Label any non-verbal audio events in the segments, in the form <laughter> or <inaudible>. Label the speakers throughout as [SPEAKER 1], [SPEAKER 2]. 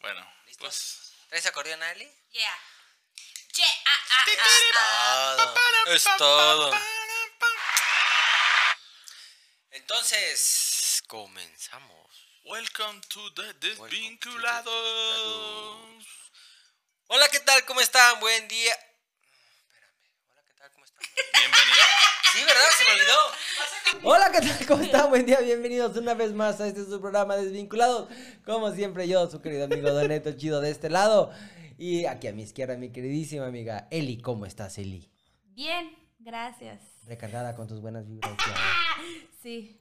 [SPEAKER 1] Bueno, pues.
[SPEAKER 2] ¿Traes acordeón, Ali?
[SPEAKER 3] Yeah. Yeah, ah, ah, ah, ah.
[SPEAKER 2] Es todo. Entonces, comenzamos.
[SPEAKER 1] Welcome to the Desvinculados.
[SPEAKER 2] Hola, ¿qué tal? ¿Cómo están? Buen día. Espérame. Hola, ¿qué tal? ¿Cómo están?
[SPEAKER 1] Bienvenido.
[SPEAKER 2] Sí, ¿verdad? Se me olvidó.
[SPEAKER 4] Hola, ¿qué tal? ¿Cómo están? Buen día, bienvenidos una vez más a este su programa Desvinculados. Como siempre, yo, su querido amigo Doneto Chido de este lado. Y aquí a mi izquierda, mi queridísima amiga Eli. ¿Cómo estás, Eli?
[SPEAKER 3] Bien, gracias.
[SPEAKER 4] Recargada con tus buenas vibraciones.
[SPEAKER 3] Sí.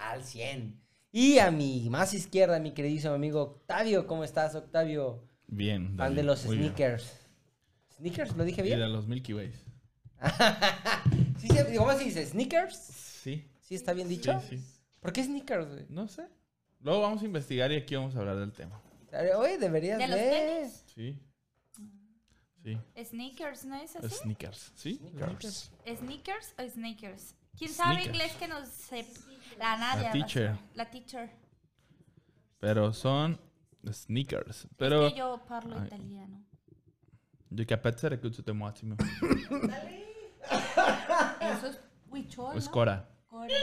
[SPEAKER 4] Al 100. Y a mi más izquierda, mi queridísimo amigo Octavio. ¿Cómo estás, Octavio?
[SPEAKER 5] Bien.
[SPEAKER 4] Fan
[SPEAKER 5] David,
[SPEAKER 4] de los
[SPEAKER 5] muy bien.
[SPEAKER 4] sneakers. ¿Sneakers? ¿Lo dije
[SPEAKER 5] Y de
[SPEAKER 4] bien?
[SPEAKER 5] los Milky Ways.
[SPEAKER 4] Sí, sí, digo, ¿Cómo se dice? ¿Sneakers?
[SPEAKER 5] Sí.
[SPEAKER 4] ¿Sí está bien
[SPEAKER 5] sí,
[SPEAKER 4] dicho?
[SPEAKER 5] sí.
[SPEAKER 4] ¿Por qué sneakers, güey?
[SPEAKER 5] No sé. Luego vamos a investigar y aquí vamos a hablar del tema.
[SPEAKER 4] Oye, deberías
[SPEAKER 3] ¿De los
[SPEAKER 4] ver.
[SPEAKER 3] tenis?
[SPEAKER 5] Sí. Sí.
[SPEAKER 3] Sneakers, ¿no es así?
[SPEAKER 5] Sneakers. Sí.
[SPEAKER 4] Sneakers.
[SPEAKER 3] ¿Sneakers o sneakers? ¿Quién sabe
[SPEAKER 5] Sneakers.
[SPEAKER 3] inglés que nos sep- La Nadia. va a
[SPEAKER 5] teacher.
[SPEAKER 3] saber. La teacher.
[SPEAKER 5] Pero son sneakers. Pero
[SPEAKER 3] Que yo parlo
[SPEAKER 5] Ay.
[SPEAKER 3] italiano.
[SPEAKER 5] di che pezzere che tutto è un attimo.
[SPEAKER 3] Eso es huichol,
[SPEAKER 5] O
[SPEAKER 3] ¿no?
[SPEAKER 5] Scora.
[SPEAKER 3] Cora.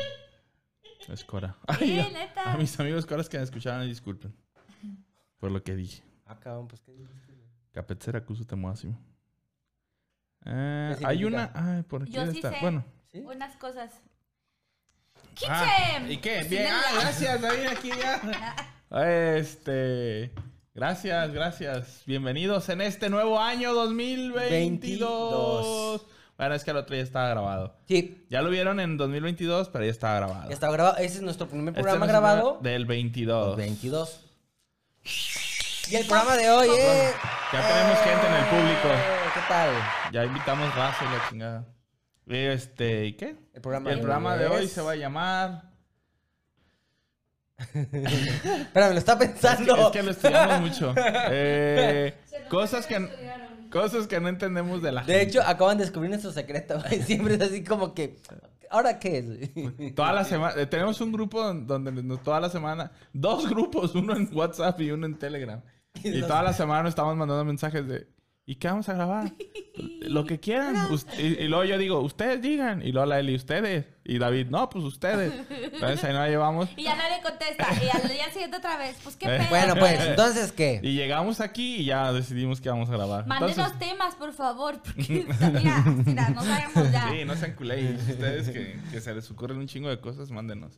[SPEAKER 5] o Scora. Ay,
[SPEAKER 3] Eh,
[SPEAKER 5] a-
[SPEAKER 3] neta.
[SPEAKER 5] a mis amigos coras que me escucharon, disculpen. Por lo que dije.
[SPEAKER 4] Ah, cabrón, pues qué dijiste?
[SPEAKER 5] Capetzera Cusutemoásimo. Eh,
[SPEAKER 4] ¿Qué
[SPEAKER 5] hay
[SPEAKER 4] significa?
[SPEAKER 5] una. Ay, por aquí
[SPEAKER 3] Yo sí
[SPEAKER 5] está.
[SPEAKER 3] sé.
[SPEAKER 5] Bueno.
[SPEAKER 4] ¿Sí?
[SPEAKER 3] Unas cosas.
[SPEAKER 5] Ah,
[SPEAKER 3] ¡Kitchen!
[SPEAKER 5] ¿Y qué? Bien. Ah, gracias, David, aquí
[SPEAKER 3] <laughs>
[SPEAKER 5] ya. Este. Gracias, gracias. Bienvenidos en este nuevo año 2022.
[SPEAKER 4] 22.
[SPEAKER 5] Bueno, es que el otro ya estaba grabado.
[SPEAKER 4] Sí,
[SPEAKER 5] Ya lo vieron en 2022, pero ya estaba grabado.
[SPEAKER 4] ya está grabado. Ese es nuestro primer
[SPEAKER 5] Este
[SPEAKER 4] programa
[SPEAKER 5] no es el
[SPEAKER 4] grabado.
[SPEAKER 5] primer- Del
[SPEAKER 4] Los
[SPEAKER 5] 22.
[SPEAKER 4] 22. Y el programa de hoy es.
[SPEAKER 5] Ya tenemos gente en el público.
[SPEAKER 4] Eh, ¿Qué tal?
[SPEAKER 5] Ya invitamos raza y la chingada. Este, ¿y qué?
[SPEAKER 4] El programa,
[SPEAKER 5] el programa de hoy
[SPEAKER 4] es-
[SPEAKER 5] se va a llamar.
[SPEAKER 4] Espérame, lo está pensando.
[SPEAKER 5] Es que lo
[SPEAKER 4] <laughs>
[SPEAKER 5] estudiamos mucho. Eh, cosas, que, cosas que no entendemos de la
[SPEAKER 4] De hecho, acaban de descubrir nuestro secreto. güey. <laughs> Siempre es así como que. ¿Ahora qué es? <laughs> güey?
[SPEAKER 5] gente. Toda la semana. eh, tenemos un grupo don- donde nos- toda la semana. Dos <laughs> grupos, uno en WhatsApp y uno en
[SPEAKER 4] <laughs>
[SPEAKER 5] Telegram. Y
[SPEAKER 4] los-
[SPEAKER 5] toda la semana nos estamos mandando mensajes de. ¿Y qué vamos a grabar? Lo que quieran. Us- y, y luego yo digo, ustedes digan. Y luego la Eli, ustedes. Y David, no, pues ustedes. Entonces ahí nos llevamos.
[SPEAKER 3] Y ya nadie
[SPEAKER 5] <laughs>
[SPEAKER 3] contesta. Y al día siguiente otra vez. Pues qué
[SPEAKER 5] Eh.
[SPEAKER 3] pedo.
[SPEAKER 4] Bueno, pues, entonces, ¿qué?
[SPEAKER 5] Y llegamos aquí y ya decidimos que vamos a grabar.
[SPEAKER 3] Mándenos
[SPEAKER 5] Entonces-
[SPEAKER 3] temas, por favor. Porque, <laughs> mira, mira, no sabemos ya.
[SPEAKER 5] Sí, no sean culéis. Ustedes que, que se les ocurren un chingo de cosas, mándenos.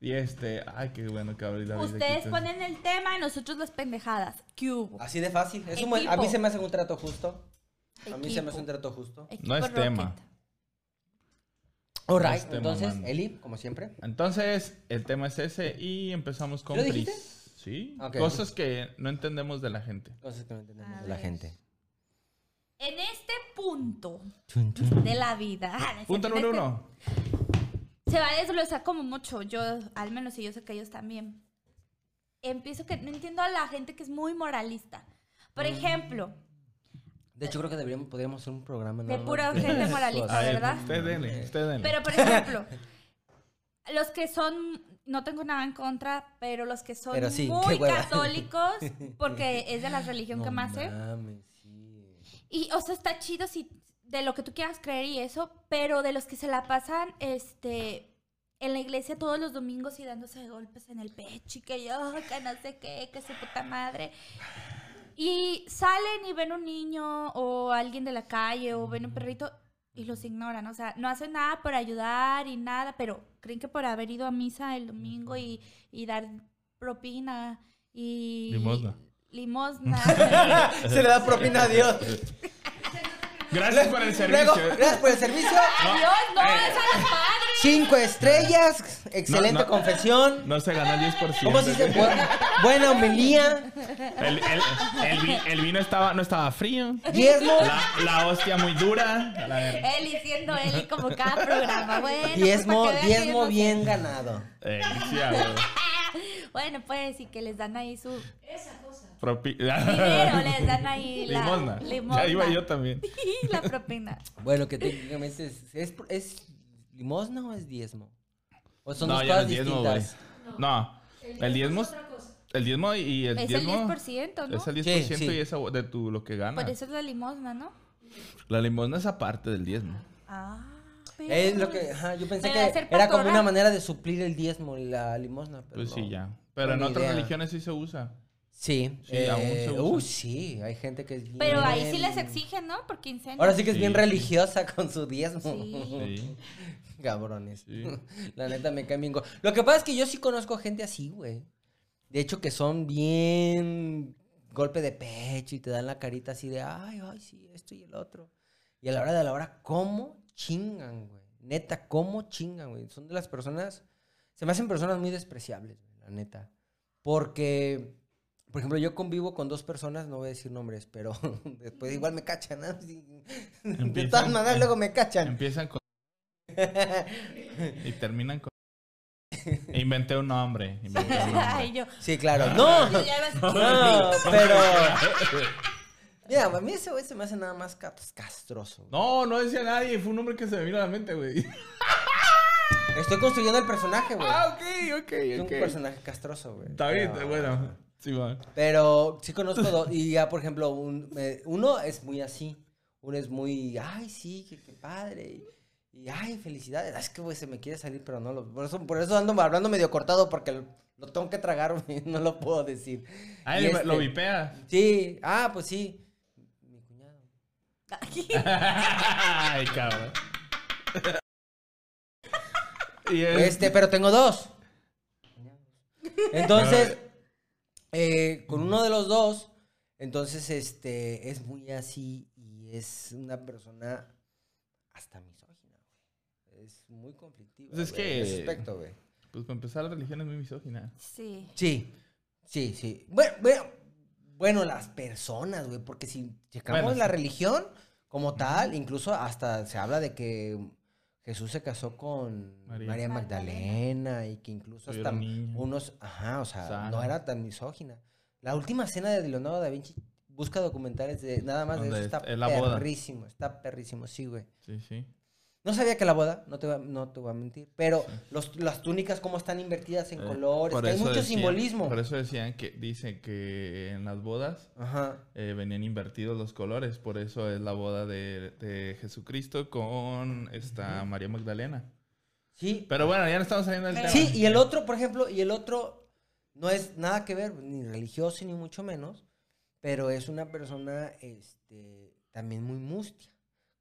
[SPEAKER 5] Y este, ay, qué bueno que abrí David.
[SPEAKER 3] Ustedes ponen el tema y nosotros las pendejadas. ¿Qué hubo?
[SPEAKER 4] Así de fácil. Es un buen- A
[SPEAKER 3] Equipo.
[SPEAKER 4] mí se me hace un trato justo. A mí se me
[SPEAKER 3] Equipo.
[SPEAKER 4] hace un trato justo.
[SPEAKER 3] Equipo
[SPEAKER 5] No es tema.
[SPEAKER 4] Alright,
[SPEAKER 5] Este
[SPEAKER 4] entonces,
[SPEAKER 5] mamando.
[SPEAKER 4] Eli, como siempre.
[SPEAKER 5] Entonces, el tema es ese y empezamos con
[SPEAKER 4] ¿Lo dijiste?
[SPEAKER 5] Pris. Sí.
[SPEAKER 4] Ok.
[SPEAKER 5] Cosas que no entendemos de la gente.
[SPEAKER 4] Cosas que no entendemos
[SPEAKER 3] A
[SPEAKER 4] de la
[SPEAKER 3] ver.
[SPEAKER 4] gente.
[SPEAKER 3] En este punto
[SPEAKER 4] Chun, chun.
[SPEAKER 5] Mm.
[SPEAKER 3] de la vida.
[SPEAKER 5] Punto número
[SPEAKER 3] Este-
[SPEAKER 5] uno.
[SPEAKER 3] Se va a desglosar como mucho. Yo, al menos, y yo sé que ellos también. Empiezo que no entiendo a la gente que es muy moralista. Por
[SPEAKER 5] Mm.
[SPEAKER 3] ejemplo,
[SPEAKER 4] De hecho, creo que deberíamos, podríamos hacer un programa.
[SPEAKER 3] De
[SPEAKER 4] nada
[SPEAKER 3] pura
[SPEAKER 4] más
[SPEAKER 3] gente
[SPEAKER 4] <laughs> esas
[SPEAKER 3] moralista,
[SPEAKER 4] cosas.
[SPEAKER 5] A ver,
[SPEAKER 3] ¿verdad?
[SPEAKER 5] usted denle, usted denle.
[SPEAKER 3] Pero, por ejemplo, <laughs> los que son, no tengo nada en contra, pero los que son
[SPEAKER 4] Pero sí, qué
[SPEAKER 3] muy
[SPEAKER 4] hueva. <laughs>
[SPEAKER 3] católicos, porque es de la religión
[SPEAKER 4] No
[SPEAKER 3] que más eh? sé.
[SPEAKER 4] mames, sí.
[SPEAKER 3] Y, o sea, está chido si de lo que tú quieras creer y eso, pero de los que se la pasan, este, en la iglesia todos los domingos y dándose golpes en el pecho y que yo, que no sé qué, que su puta madre. Y salen y ven un niño o alguien de la calle o ven un perrito y los ignoran, o sea, no hacen nada por ayudar y nada, pero creen que por haber ido a misa el domingo y, y dar propina y...
[SPEAKER 5] Limosna.
[SPEAKER 3] Limosna.
[SPEAKER 4] <laughs> Se le da propina a
[SPEAKER 5] <laughs>
[SPEAKER 4] Dios.
[SPEAKER 5] Gracias por el
[SPEAKER 4] Luego,
[SPEAKER 5] servicio.
[SPEAKER 4] gracias por el servicio.
[SPEAKER 3] Adiós, no, eso no es padre.
[SPEAKER 4] Cinco estrellas. Excelente
[SPEAKER 5] No, no.
[SPEAKER 4] confesión.
[SPEAKER 5] No se ganó el 10%.
[SPEAKER 4] ¿Cómo se dice? Bu- Buena homelía.
[SPEAKER 5] El, el- el vi- el vino estaba, no estaba frío.
[SPEAKER 4] Diezmo.
[SPEAKER 5] La, la hostia muy dura. La verdad.
[SPEAKER 3] Eli siendo Eli como
[SPEAKER 4] <laughs>
[SPEAKER 3] cada programa. Bueno,
[SPEAKER 4] Diezmo,
[SPEAKER 3] pues, para que vean que yo
[SPEAKER 4] diezmo
[SPEAKER 3] no-
[SPEAKER 4] bien ganado.
[SPEAKER 5] Eh, sí, a huevo.
[SPEAKER 3] Bueno, pues y que les dan ahí su <laughs>
[SPEAKER 5] Propi- <laughs>
[SPEAKER 3] dinero, les dan ahí la
[SPEAKER 5] Limosna.
[SPEAKER 3] limosna.
[SPEAKER 5] Ya iba yo también.
[SPEAKER 3] la propina.
[SPEAKER 4] Bueno, que técnicamente es, es, es limosna o es diezmo. O son
[SPEAKER 5] no,
[SPEAKER 4] dos
[SPEAKER 5] ya no
[SPEAKER 4] cosas
[SPEAKER 5] es diezmo, güey.
[SPEAKER 4] distintas.
[SPEAKER 5] No. El diezmo es- El diezmo y- y el
[SPEAKER 3] Es el
[SPEAKER 5] diezmo.
[SPEAKER 3] 10%, ¿no?
[SPEAKER 5] Es el 10%
[SPEAKER 4] Sí, sí.
[SPEAKER 5] y esa de tu, lo que ganas.
[SPEAKER 3] Por eso es la limosna, ¿no?
[SPEAKER 5] La limosna es aparte del diezmo.
[SPEAKER 3] Ah.
[SPEAKER 4] Es lo que, ajá, yo pensé
[SPEAKER 3] Me va a
[SPEAKER 4] que
[SPEAKER 3] hacer
[SPEAKER 4] era como
[SPEAKER 3] pastoral.
[SPEAKER 4] una manera de suplir el diezmo, la limosna. Pero
[SPEAKER 5] Pues
[SPEAKER 4] no.
[SPEAKER 5] sí, ya. Pero en
[SPEAKER 4] Ni
[SPEAKER 5] otras
[SPEAKER 4] idea.
[SPEAKER 5] religiones sí se usa.
[SPEAKER 4] Sí,
[SPEAKER 5] Sí, aún se
[SPEAKER 4] eh,
[SPEAKER 5] usa.
[SPEAKER 4] uh, sí, hay gente que es bien...
[SPEAKER 3] Pero ahí sí les exigen, ¿no? Por quincena. <laughs>
[SPEAKER 4] Ahora sí que es bien
[SPEAKER 5] Sí.
[SPEAKER 4] religiosa con su diezmo.
[SPEAKER 3] Sí.
[SPEAKER 5] Sí.
[SPEAKER 4] <laughs> Cabrones.
[SPEAKER 5] Sí.
[SPEAKER 4] <laughs> La neta me caen bien. go- Lo que pasa es que yo sí conozco gente así, güey. De hecho, que son bien golpe de pecho y te dan la carita así de, ay, ay, sí, esto y el otro. Y a la hora de la hora, ¿cómo chingan, güey? Neta, ¿cómo chingan, güey? Son de las personas, se me hacen personas muy despreciables, güey, la neta. Porque, por ejemplo, yo convivo con dos personas, no voy a decir nombres, pero <laughs> después igual me cachan, ¿no? De todas
[SPEAKER 5] Empiezan-
[SPEAKER 4] maneras, luego me cachan.
[SPEAKER 5] Empiezan con y terminan con. e Inventé un nombre. Inventé un nombre.
[SPEAKER 3] <laughs> Ay, yo.
[SPEAKER 4] <laughs> Sí, claro. No,
[SPEAKER 3] yo ya iba a-
[SPEAKER 4] No, pero. Mira, a mí ese güey se me hace nada más ca- castroso. güey.
[SPEAKER 5] No, no decía nadie. Fue un nombre que se me vino a la mente, güey.
[SPEAKER 4] Estoy construyendo el personaje, güey.
[SPEAKER 5] <laughs> ah, ok, ok,
[SPEAKER 4] Es un
[SPEAKER 5] ok. Ah.
[SPEAKER 4] personaje castroso, güey.
[SPEAKER 5] Está bien,
[SPEAKER 4] Pero-
[SPEAKER 5] bueno. Sí, va.
[SPEAKER 4] Pero sí conozco dos. Y ya, por ejemplo, un- eh, uno es muy así. Uno es muy, ay, sí, qué, qué padre. Y, y, ay, felicidades. Ah, Es que, güey, se me quiere salir, pero no lo. Por eso, por eso ando hablando medio cortado, porque lo, lo tengo que tragar, <laughs> güey. No lo puedo decir.
[SPEAKER 5] Ay,
[SPEAKER 4] Y
[SPEAKER 5] lo- lo
[SPEAKER 4] este-
[SPEAKER 5] vipea. <laughs>
[SPEAKER 4] Sí, ah, pues sí. Mi cuñado.
[SPEAKER 5] Ay, cabrón. <laughs> Y el-
[SPEAKER 4] Este, pero tengo dos. Entonces, eh, con uno de los dos, entonces, este, es muy así y es una persona hasta misógina, güey. Es muy conflictiva.
[SPEAKER 5] Pues es
[SPEAKER 4] güey, en ese
[SPEAKER 5] que-
[SPEAKER 4] aspecto, güey.
[SPEAKER 5] Pues para empezar, la religión es muy misógina.
[SPEAKER 3] Sí.
[SPEAKER 4] Sí, sí, sí. Bueno, bueno, bueno, las personas, güey, porque si checamos
[SPEAKER 5] Bueno,
[SPEAKER 4] la
[SPEAKER 5] sí.
[SPEAKER 4] religión como tal, incluso hasta se habla de que Jesús se casó con
[SPEAKER 5] María.
[SPEAKER 4] María, Magdalena y que incluso hasta
[SPEAKER 5] Tuvieron niños.
[SPEAKER 4] unos, ajá, o sea,
[SPEAKER 5] Sana.
[SPEAKER 4] no era tan misógina. La última cena de Leonardo da Vinci busca documentales de nada más de
[SPEAKER 5] Donde
[SPEAKER 4] eso, está
[SPEAKER 5] es la boda.
[SPEAKER 4] perrísimo, está perrísimo, sí, güey.
[SPEAKER 5] Sí, sí.
[SPEAKER 4] No sabía que la boda, no te, va- no te voy a mentir, pero los- las túnicas cómo están invertidas
[SPEAKER 5] Eh,
[SPEAKER 4] en colores, que hay mucho simbolismo.
[SPEAKER 5] Por eso decían que dicen que en las bodas
[SPEAKER 4] Ajá.
[SPEAKER 5] eh, venían invertidos los colores. Por eso es la boda de, de Jesucristo con esta María Magdalena.
[SPEAKER 4] Sí.
[SPEAKER 5] Pero bueno, ya no estamos saliendo del tema.
[SPEAKER 4] Sí, y el otro, por ejemplo, y el otro no es nada que ver, ni religioso, ni mucho menos, pero es una persona este, también muy mustia.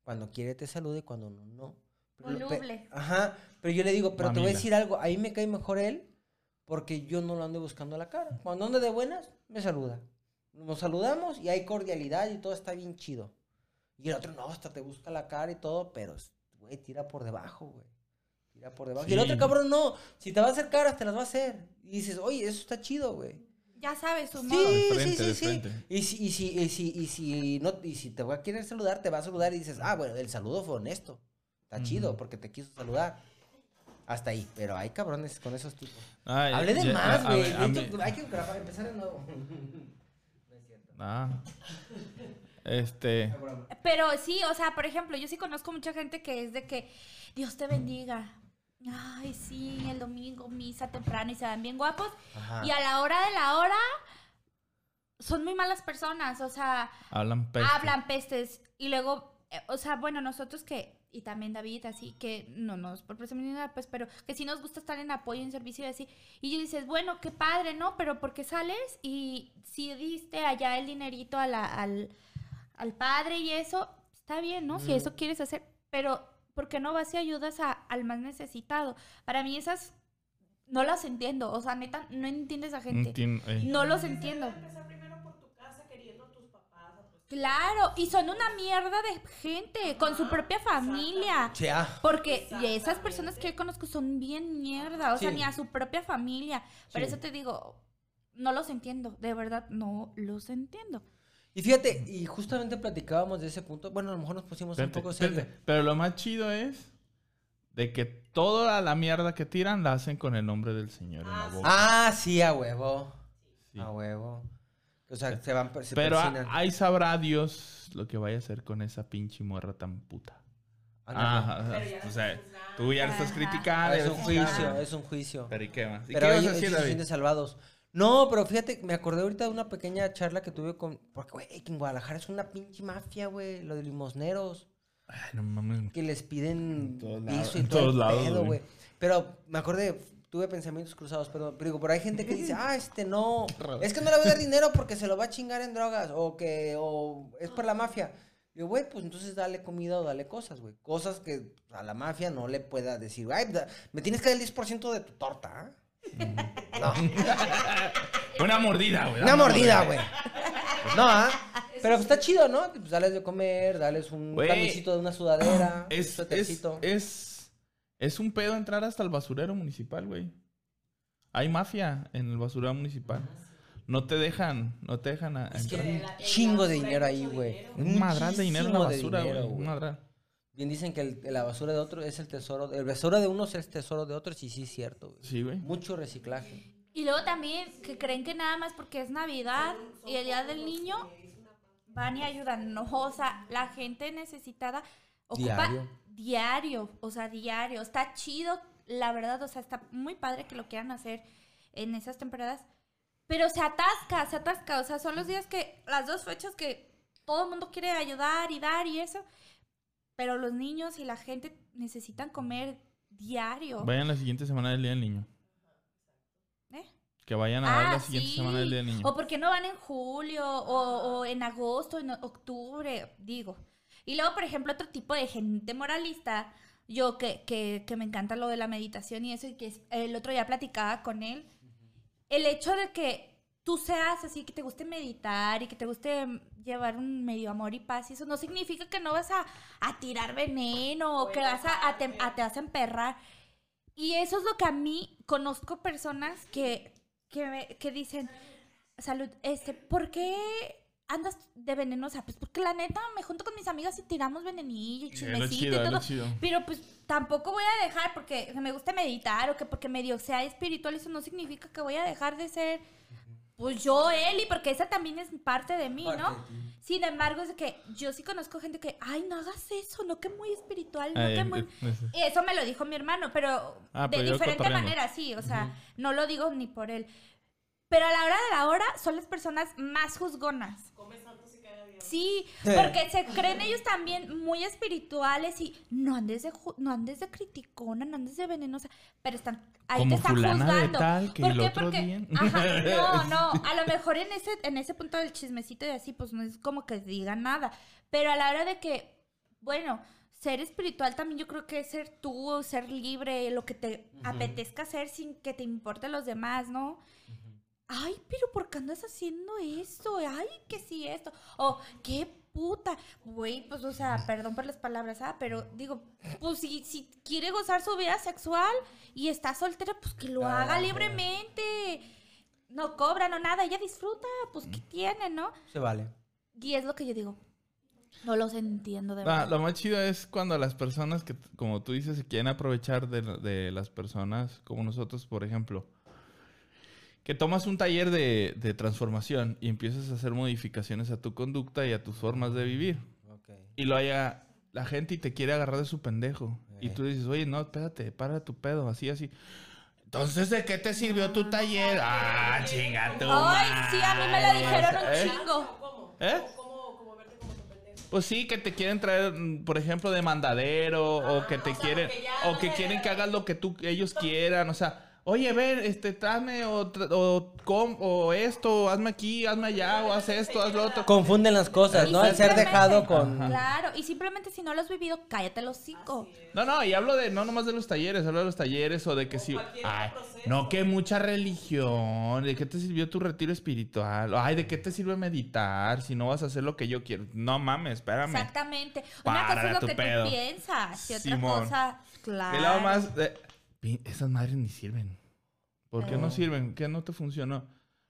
[SPEAKER 4] Cuando quiere te saluda y cuando no, no. Pero lo- pe-
[SPEAKER 3] Voluble.
[SPEAKER 4] Ajá, pero yo le digo, pero te voy a
[SPEAKER 5] Mamila.
[SPEAKER 4] decir algo, ahí me cae mejor él, porque yo no lo ando buscando a la cara. Cuando ando de buenas, me saluda. Nos saludamos y hay cordialidad y todo está bien chido. Y el otro, no, hasta te busca la cara y todo, pero, güey, tira por debajo, güey. Tira por debajo. Y el
[SPEAKER 5] Sí.
[SPEAKER 4] otro cabrón, no, si te va a hacer caras, te las va a hacer. Y dices, oye, eso está chido, güey.
[SPEAKER 3] Ya sabes su modo.
[SPEAKER 4] Sí,
[SPEAKER 5] De
[SPEAKER 4] sí,
[SPEAKER 5] frente,
[SPEAKER 4] sí,
[SPEAKER 5] de
[SPEAKER 4] sí.
[SPEAKER 5] frente.
[SPEAKER 4] Y si, y si, y si, y si no, y si te va a querer saludar, te va a saludar y dices, ah, bueno, el saludo fue honesto. Está chido, porque te quiso saludar. Hasta ahí, pero hay cabrones con esos tipos.
[SPEAKER 5] Ay,
[SPEAKER 4] Hablé de
[SPEAKER 5] Eh, ya-
[SPEAKER 4] más,
[SPEAKER 5] a- a
[SPEAKER 4] güey.
[SPEAKER 5] mí- a
[SPEAKER 4] De
[SPEAKER 5] mí-
[SPEAKER 4] hecho, Hay que grabar, empezar de nuevo. <laughs>
[SPEAKER 5] Ah. Este.
[SPEAKER 3] Pero sí, o sea, por ejemplo, yo sí conozco mucha gente que es de que Dios te bendiga. Ay, sí, el domingo misa temprano y se dan bien guapos.
[SPEAKER 4] Ajá.
[SPEAKER 3] Y a la hora de la hora son muy malas personas, o sea,
[SPEAKER 5] Hablan peste.
[SPEAKER 3] hablan pestes. Y luego, eh, o sea, bueno, nosotros que, y también David, así que no nos por presumir ni nada, pues, pero que sí nos gusta estar en apoyo, en servicio y así. Y yo dices, bueno, qué padre, ¿no? Pero ¿por qué sales? Y si diste allá el dinerito a la- al, al padre y eso, está bien, ¿no? Si eso quieres hacer, pero ¿por qué no vas y ayudas a- al más necesitado? Para mí esas no las entiendo, o sea, neta, no entiendes a gente.
[SPEAKER 5] Enti- eh.
[SPEAKER 4] pues,
[SPEAKER 3] No los entiendo. Claro, y son una mierda de gente, con su propia familia.
[SPEAKER 4] Sí, ah.
[SPEAKER 3] Porque esas personas que yo conozco son bien mierda, o sea,
[SPEAKER 4] Sí.
[SPEAKER 3] ni a su propia familia. Por
[SPEAKER 4] Sí.
[SPEAKER 3] eso te digo, no los entiendo, de verdad, no los entiendo.
[SPEAKER 4] Y fíjate, y justamente platicábamos de ese punto. Bueno, a lo mejor nos pusimos un
[SPEAKER 5] Espérate,
[SPEAKER 4] poco
[SPEAKER 5] espérate.
[SPEAKER 4] serios.
[SPEAKER 5] Pero lo más chido es de que toda la mierda que tiran la hacen con el nombre del Señor en la boca.
[SPEAKER 4] Ah, sí, a huevo.
[SPEAKER 5] Sí.
[SPEAKER 4] A huevo. O sea, se van, per- se
[SPEAKER 5] Pero ah, a-
[SPEAKER 4] persinan.
[SPEAKER 5] ahí sabrá Dios lo que vaya a hacer con esa pinche morra tan puta.
[SPEAKER 4] Ándale. Ah,
[SPEAKER 5] Ajá, o sea, tú ya lo estás
[SPEAKER 3] Ajá.
[SPEAKER 5] criticando.
[SPEAKER 4] es
[SPEAKER 5] ya
[SPEAKER 4] un
[SPEAKER 5] estás
[SPEAKER 4] juicio,
[SPEAKER 5] criticando.
[SPEAKER 4] es un juicio.
[SPEAKER 5] Pero ¿y qué más? ¿Y
[SPEAKER 4] Pero
[SPEAKER 5] qué
[SPEAKER 4] ellos,
[SPEAKER 5] vas a decir,
[SPEAKER 4] ellos se
[SPEAKER 5] David?
[SPEAKER 4] sienten salvados. No, pero fíjate, me acordé ahorita de una pequeña charla que tuve con. Porque, güey, que en Guadalajara es una pinche mafia, güey. Lo de limosneros.
[SPEAKER 5] Ay, no mames.
[SPEAKER 4] Que les piden
[SPEAKER 5] En todos
[SPEAKER 4] piso
[SPEAKER 5] lados-
[SPEAKER 4] y
[SPEAKER 5] en
[SPEAKER 4] todo
[SPEAKER 5] todos
[SPEAKER 4] el
[SPEAKER 5] lados,
[SPEAKER 4] pedo,
[SPEAKER 5] güey.
[SPEAKER 4] güey. Pero me acordé, tuve pensamientos cruzados, perdón. Pero digo, pero hay gente que dice, ah, este no. Es que no le voy a dar dinero porque se lo va a chingar en drogas. O que. O es por la mafia. Digo, güey, pues entonces dale comida o dale cosas, güey. Cosas que a la mafia no le pueda decir, ay, da- me tienes que dar el 10% de tu torta, ¿ah?
[SPEAKER 5] Una mordida, Ah, güey.
[SPEAKER 4] Una mordida, güey. Pues no, ¿ah? Pero pues, está chido, ¿no? Pues dales de comer, dales un
[SPEAKER 5] Güey.
[SPEAKER 4] camisito de una sudadera, un
[SPEAKER 5] Es, es,
[SPEAKER 4] suétercito.
[SPEAKER 5] es, es un pedo entrar hasta el basurero municipal, güey. Hay mafia en el basurero municipal. No te dejan, no te dejan a-
[SPEAKER 4] Es que
[SPEAKER 5] entrar.
[SPEAKER 4] hay un chingo de dinero ahí, güey.
[SPEAKER 5] Un madral de dinero en la
[SPEAKER 4] Muchísimo de
[SPEAKER 5] basura, güey.
[SPEAKER 4] dinero,
[SPEAKER 5] Un madral.
[SPEAKER 4] Bien dicen que el- la basura de otro es el tesoro. El tesoro de unos es el tesoro de otros y sí es cierto, güey.
[SPEAKER 5] Sí, güey.
[SPEAKER 4] Mucho reciclaje.
[SPEAKER 3] Y luego también que creen que nada más porque es Navidad y el Día del Niño van y ayudan. No, o sea, la gente necesitada ocupa
[SPEAKER 4] Diario.
[SPEAKER 3] diario, o sea, diario. Está chido, la verdad, o sea, está muy padre que lo quieran hacer en esas temporadas. Pero se atasca, se atasca, o sea, son los días que, las dos fechas que todo el mundo quiere ayudar y dar y eso. Pero los niños y la gente necesitan comer diario.
[SPEAKER 5] Vayan la siguiente semana del Día del Niño.
[SPEAKER 3] ¿eh? Oh,
[SPEAKER 5] Que vayan a dar la siguiente semana del Día del Niño.
[SPEAKER 3] Ah, O porque no van en julio, o, o en agosto, en octubre, digo. Y luego, por ejemplo, otro tipo de gente moralista, yo que, que, que me encanta lo de la meditación y eso, y que es- el otro día platicaba con él, el hecho de que tú seas así, que te guste meditar y que te guste mm, llevar un medio amor y paz y eso, no significa que no vas a, a tirar veneno o que vas a, a te, a- te vas a emperrar. Y eso es lo que a mí conozco personas que, que, me- que dicen, salud, este, ¿por qué andas de veneno? O sea, pues porque la neta me junto con mis amigas y tiramos venenillo y
[SPEAKER 5] Es Eh, lo
[SPEAKER 3] chismecito
[SPEAKER 5] chido,
[SPEAKER 3] y
[SPEAKER 5] es lo
[SPEAKER 3] todo.
[SPEAKER 5] chido.
[SPEAKER 3] Pero pues tampoco voy a dejar porque me gusta meditar o que porque medio sea espiritual, eso no significa que voy a dejar de ser pues yo, Eli, porque esa también es parte de mí,
[SPEAKER 4] Parte
[SPEAKER 3] ¿no?
[SPEAKER 4] de ti.
[SPEAKER 3] Sin embargo, es de que yo sí conozco gente que, ay, no hagas eso, no que muy espiritual, no
[SPEAKER 5] Ay,
[SPEAKER 3] que
[SPEAKER 5] eh,
[SPEAKER 3] muy...
[SPEAKER 5] eh,
[SPEAKER 3] Y eso me lo dijo mi hermano, pero
[SPEAKER 5] Ah,
[SPEAKER 3] de
[SPEAKER 5] pero yo
[SPEAKER 3] diferente
[SPEAKER 5] cotorreando.
[SPEAKER 3] manera, sí, o sea, no lo digo ni por él. Pero a la hora de la hora son las personas más juzgonas. Sí, porque se creen ellos también muy espirituales y no andes de, ju- no andes de criticona, no andes de venenosa, pero están, ahí
[SPEAKER 5] Como
[SPEAKER 3] te están
[SPEAKER 5] fulana de
[SPEAKER 3] juzgando.
[SPEAKER 5] tal que el otro día-
[SPEAKER 3] ajá,
[SPEAKER 5] <laughs>
[SPEAKER 3] no, no, a lo mejor en ese, en ese punto del chismecito y así, pues no es como que digan nada, pero a la hora de que, bueno, ser espiritual también yo creo que es ser tú, ser libre, lo que te apetezca hacer sin que te importe los demás, ¿no? ay, pero ¿por qué andas haciendo esto? Ay, que sí esto. O, qué puta. Güey, pues, o sea, perdón por las palabras, ah, pero digo, pues si, si quiere gozar su vida sexual y está soltera, pues que lo
[SPEAKER 4] Ah,
[SPEAKER 3] haga
[SPEAKER 4] bueno.
[SPEAKER 3] libremente. No cobra, no nada, ella disfruta, pues ¿qué
[SPEAKER 4] Mm.
[SPEAKER 3] tiene, no?
[SPEAKER 4] Se vale.
[SPEAKER 3] Y es lo que yo digo. No los entiendo de
[SPEAKER 5] Ah,
[SPEAKER 3] verdad.
[SPEAKER 5] lo más chido es cuando las personas que, como tú dices, se quieren aprovechar de, de las personas como nosotros, por ejemplo, que tomas un taller de, de transformación y empiezas a hacer modificaciones a tu conducta y a tus formas de vivir.
[SPEAKER 4] Ok.
[SPEAKER 5] Y lo haya la gente y te quiere agarrar de su pendejo. Y
[SPEAKER 4] Ey.
[SPEAKER 5] tú dices, oye, no, espérate, para tu pedo, así, así. Entonces, ¿de qué te sirvió tu taller? Ah, chinga tú.
[SPEAKER 3] Ay, sí, a mí me lo dijeron
[SPEAKER 5] ¿Eh?
[SPEAKER 3] un chingo.
[SPEAKER 5] ¿Eh? Pues sí, que te quieren traer, mm, por ejemplo, de mandadero, Ah, o que te quieren, o que quieren que hagas lo que tú, ellos quieran, o sea, oye, ver, este, tráeme, o, tra- o, com- o esto, o hazme aquí, hazme allá, o haz esto, haz lo otro.
[SPEAKER 4] Confunden las cosas,
[SPEAKER 3] Y
[SPEAKER 4] ¿no? El ser
[SPEAKER 3] simplemente-
[SPEAKER 4] dejado con.
[SPEAKER 3] Claro, y simplemente si no lo has vivido, cállate los cinco.
[SPEAKER 5] No, no, y hablo de, no nomás de los talleres, hablo de los talleres, o de que si, ay, no, que mucha religión, ¿de qué te sirvió tu retiro espiritual? Ay, ¿de qué te sirve meditar si no vas a hacer lo que yo quiero? No mames, espérame.
[SPEAKER 3] Exactamente. Una cosa
[SPEAKER 5] Para
[SPEAKER 3] es lo
[SPEAKER 5] tu
[SPEAKER 3] que
[SPEAKER 5] pedo.
[SPEAKER 3] tú piensas y otra
[SPEAKER 5] Simón.
[SPEAKER 3] cosa, claro.
[SPEAKER 5] El lado más. de- Pi- Esas madres ni sirven. ¿Por qué
[SPEAKER 3] Eh.
[SPEAKER 5] no sirven? ¿Qué no te funcionó?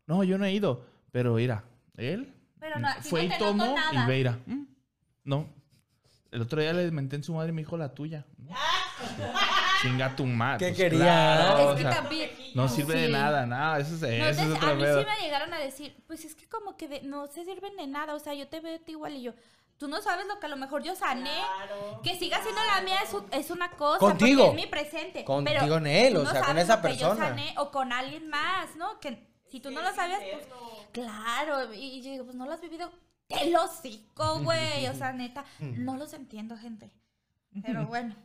[SPEAKER 5] No, yo no he ido. Pero mira, él
[SPEAKER 3] Pero no, a ti
[SPEAKER 5] fue
[SPEAKER 3] no
[SPEAKER 5] y
[SPEAKER 3] te noto
[SPEAKER 5] tomó
[SPEAKER 3] nada.
[SPEAKER 5] y Veira. Mm, No. El otro día le menté en su madre y me dijo la tuya.
[SPEAKER 3] <laughs>
[SPEAKER 5] Chinga tu madre.
[SPEAKER 4] ¿Qué
[SPEAKER 5] pues,
[SPEAKER 4] quería?
[SPEAKER 5] claro,
[SPEAKER 3] Es
[SPEAKER 5] o
[SPEAKER 3] que
[SPEAKER 5] sea,
[SPEAKER 3] también.
[SPEAKER 5] no sirve de
[SPEAKER 3] Sí.
[SPEAKER 5] nada, nada. Eso es,
[SPEAKER 3] No,
[SPEAKER 5] eso es
[SPEAKER 3] entonces, a
[SPEAKER 5] otro
[SPEAKER 3] mí
[SPEAKER 5] pedo.
[SPEAKER 3] sí me llegaron a decir, pues es que como que de- no se sirven de nada, o sea, yo te veo a ti igual y yo, tú no sabes lo que a lo mejor yo sané, que siga siendo la mía es, un- es una cosa,
[SPEAKER 4] Contigo.
[SPEAKER 3] porque es mi presente,
[SPEAKER 4] Contigo
[SPEAKER 3] pero
[SPEAKER 4] en él,
[SPEAKER 3] tú
[SPEAKER 4] o
[SPEAKER 3] no
[SPEAKER 4] sea, con
[SPEAKER 3] sabes
[SPEAKER 4] esa
[SPEAKER 3] lo que yo
[SPEAKER 4] persona.
[SPEAKER 3] sané o con alguien más, ¿no? Que Si tú no lo sabías, pues claro. Y, y yo digo, pues no lo has vivido. ¡Te lo
[SPEAKER 4] <laughs>
[SPEAKER 3] hocico, güey! O sea, neta, no los entiendo, gente. Pero bueno,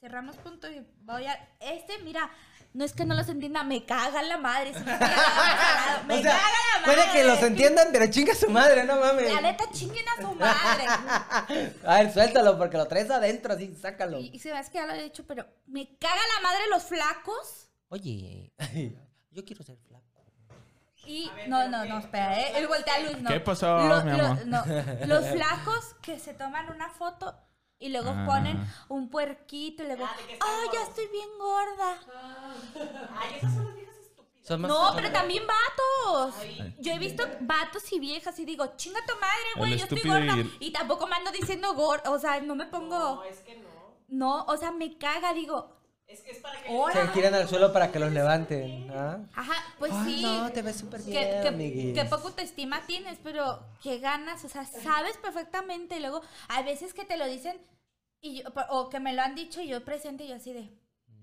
[SPEAKER 3] cerramos punto y voy a. Este, mira, no es que no los entienda, me caga la madre. se me caga la- me
[SPEAKER 4] <laughs> O sea,
[SPEAKER 3] caga la madre.
[SPEAKER 4] puede que los entiendan, pero chinga su madre, no mames.
[SPEAKER 3] La neta, chinguen a su
[SPEAKER 4] <laughs>
[SPEAKER 3] madre.
[SPEAKER 4] A ver, suéltalo, porque lo traes adentro, así, sácalo.
[SPEAKER 3] Y, y se me hace que ya lo he dicho, pero me caga la madre los flacos.
[SPEAKER 4] Oye, <laughs> yo quiero ser flaco.
[SPEAKER 3] Y no, no, no, espera, eh. El voltea a Luis, no.
[SPEAKER 5] ¿Qué pasó, mi amor? <laughs>
[SPEAKER 3] no, los flacos que se toman una foto y luego
[SPEAKER 5] Ah.
[SPEAKER 3] ponen un puerquito y luego,
[SPEAKER 6] Ah, de que están
[SPEAKER 3] ¡ay, ya
[SPEAKER 6] gordos".
[SPEAKER 3] estoy bien gorda!
[SPEAKER 6] Ay, esas son las viejas estúpidas.
[SPEAKER 4] Son más-
[SPEAKER 3] No, pero también vatos.
[SPEAKER 6] Ay.
[SPEAKER 3] Yo he visto vatos y viejas y digo, chinga tu madre, güey,
[SPEAKER 5] El
[SPEAKER 3] yo estoy
[SPEAKER 5] estúpido y
[SPEAKER 3] gorda.
[SPEAKER 5] el-
[SPEAKER 3] Y tampoco me ando diciendo gorda, o sea, no me
[SPEAKER 6] No,
[SPEAKER 3] pongo,
[SPEAKER 6] es que no.
[SPEAKER 3] no, o sea, me caga, digo,
[SPEAKER 6] Es que es para que.
[SPEAKER 3] Ahora.
[SPEAKER 4] Se tiran al suelo para que los levanten. ¿ah?
[SPEAKER 3] ajá, pues
[SPEAKER 4] Ay,
[SPEAKER 3] sí.
[SPEAKER 4] no, te ves súper bien,
[SPEAKER 3] que, que,
[SPEAKER 4] amiguis.
[SPEAKER 3] que poco autoestima tienes, pero que ganas, o sea, sabes perfectamente. Y luego, a veces que te lo dicen y yo- o que me lo han dicho y yo presente y yo así de.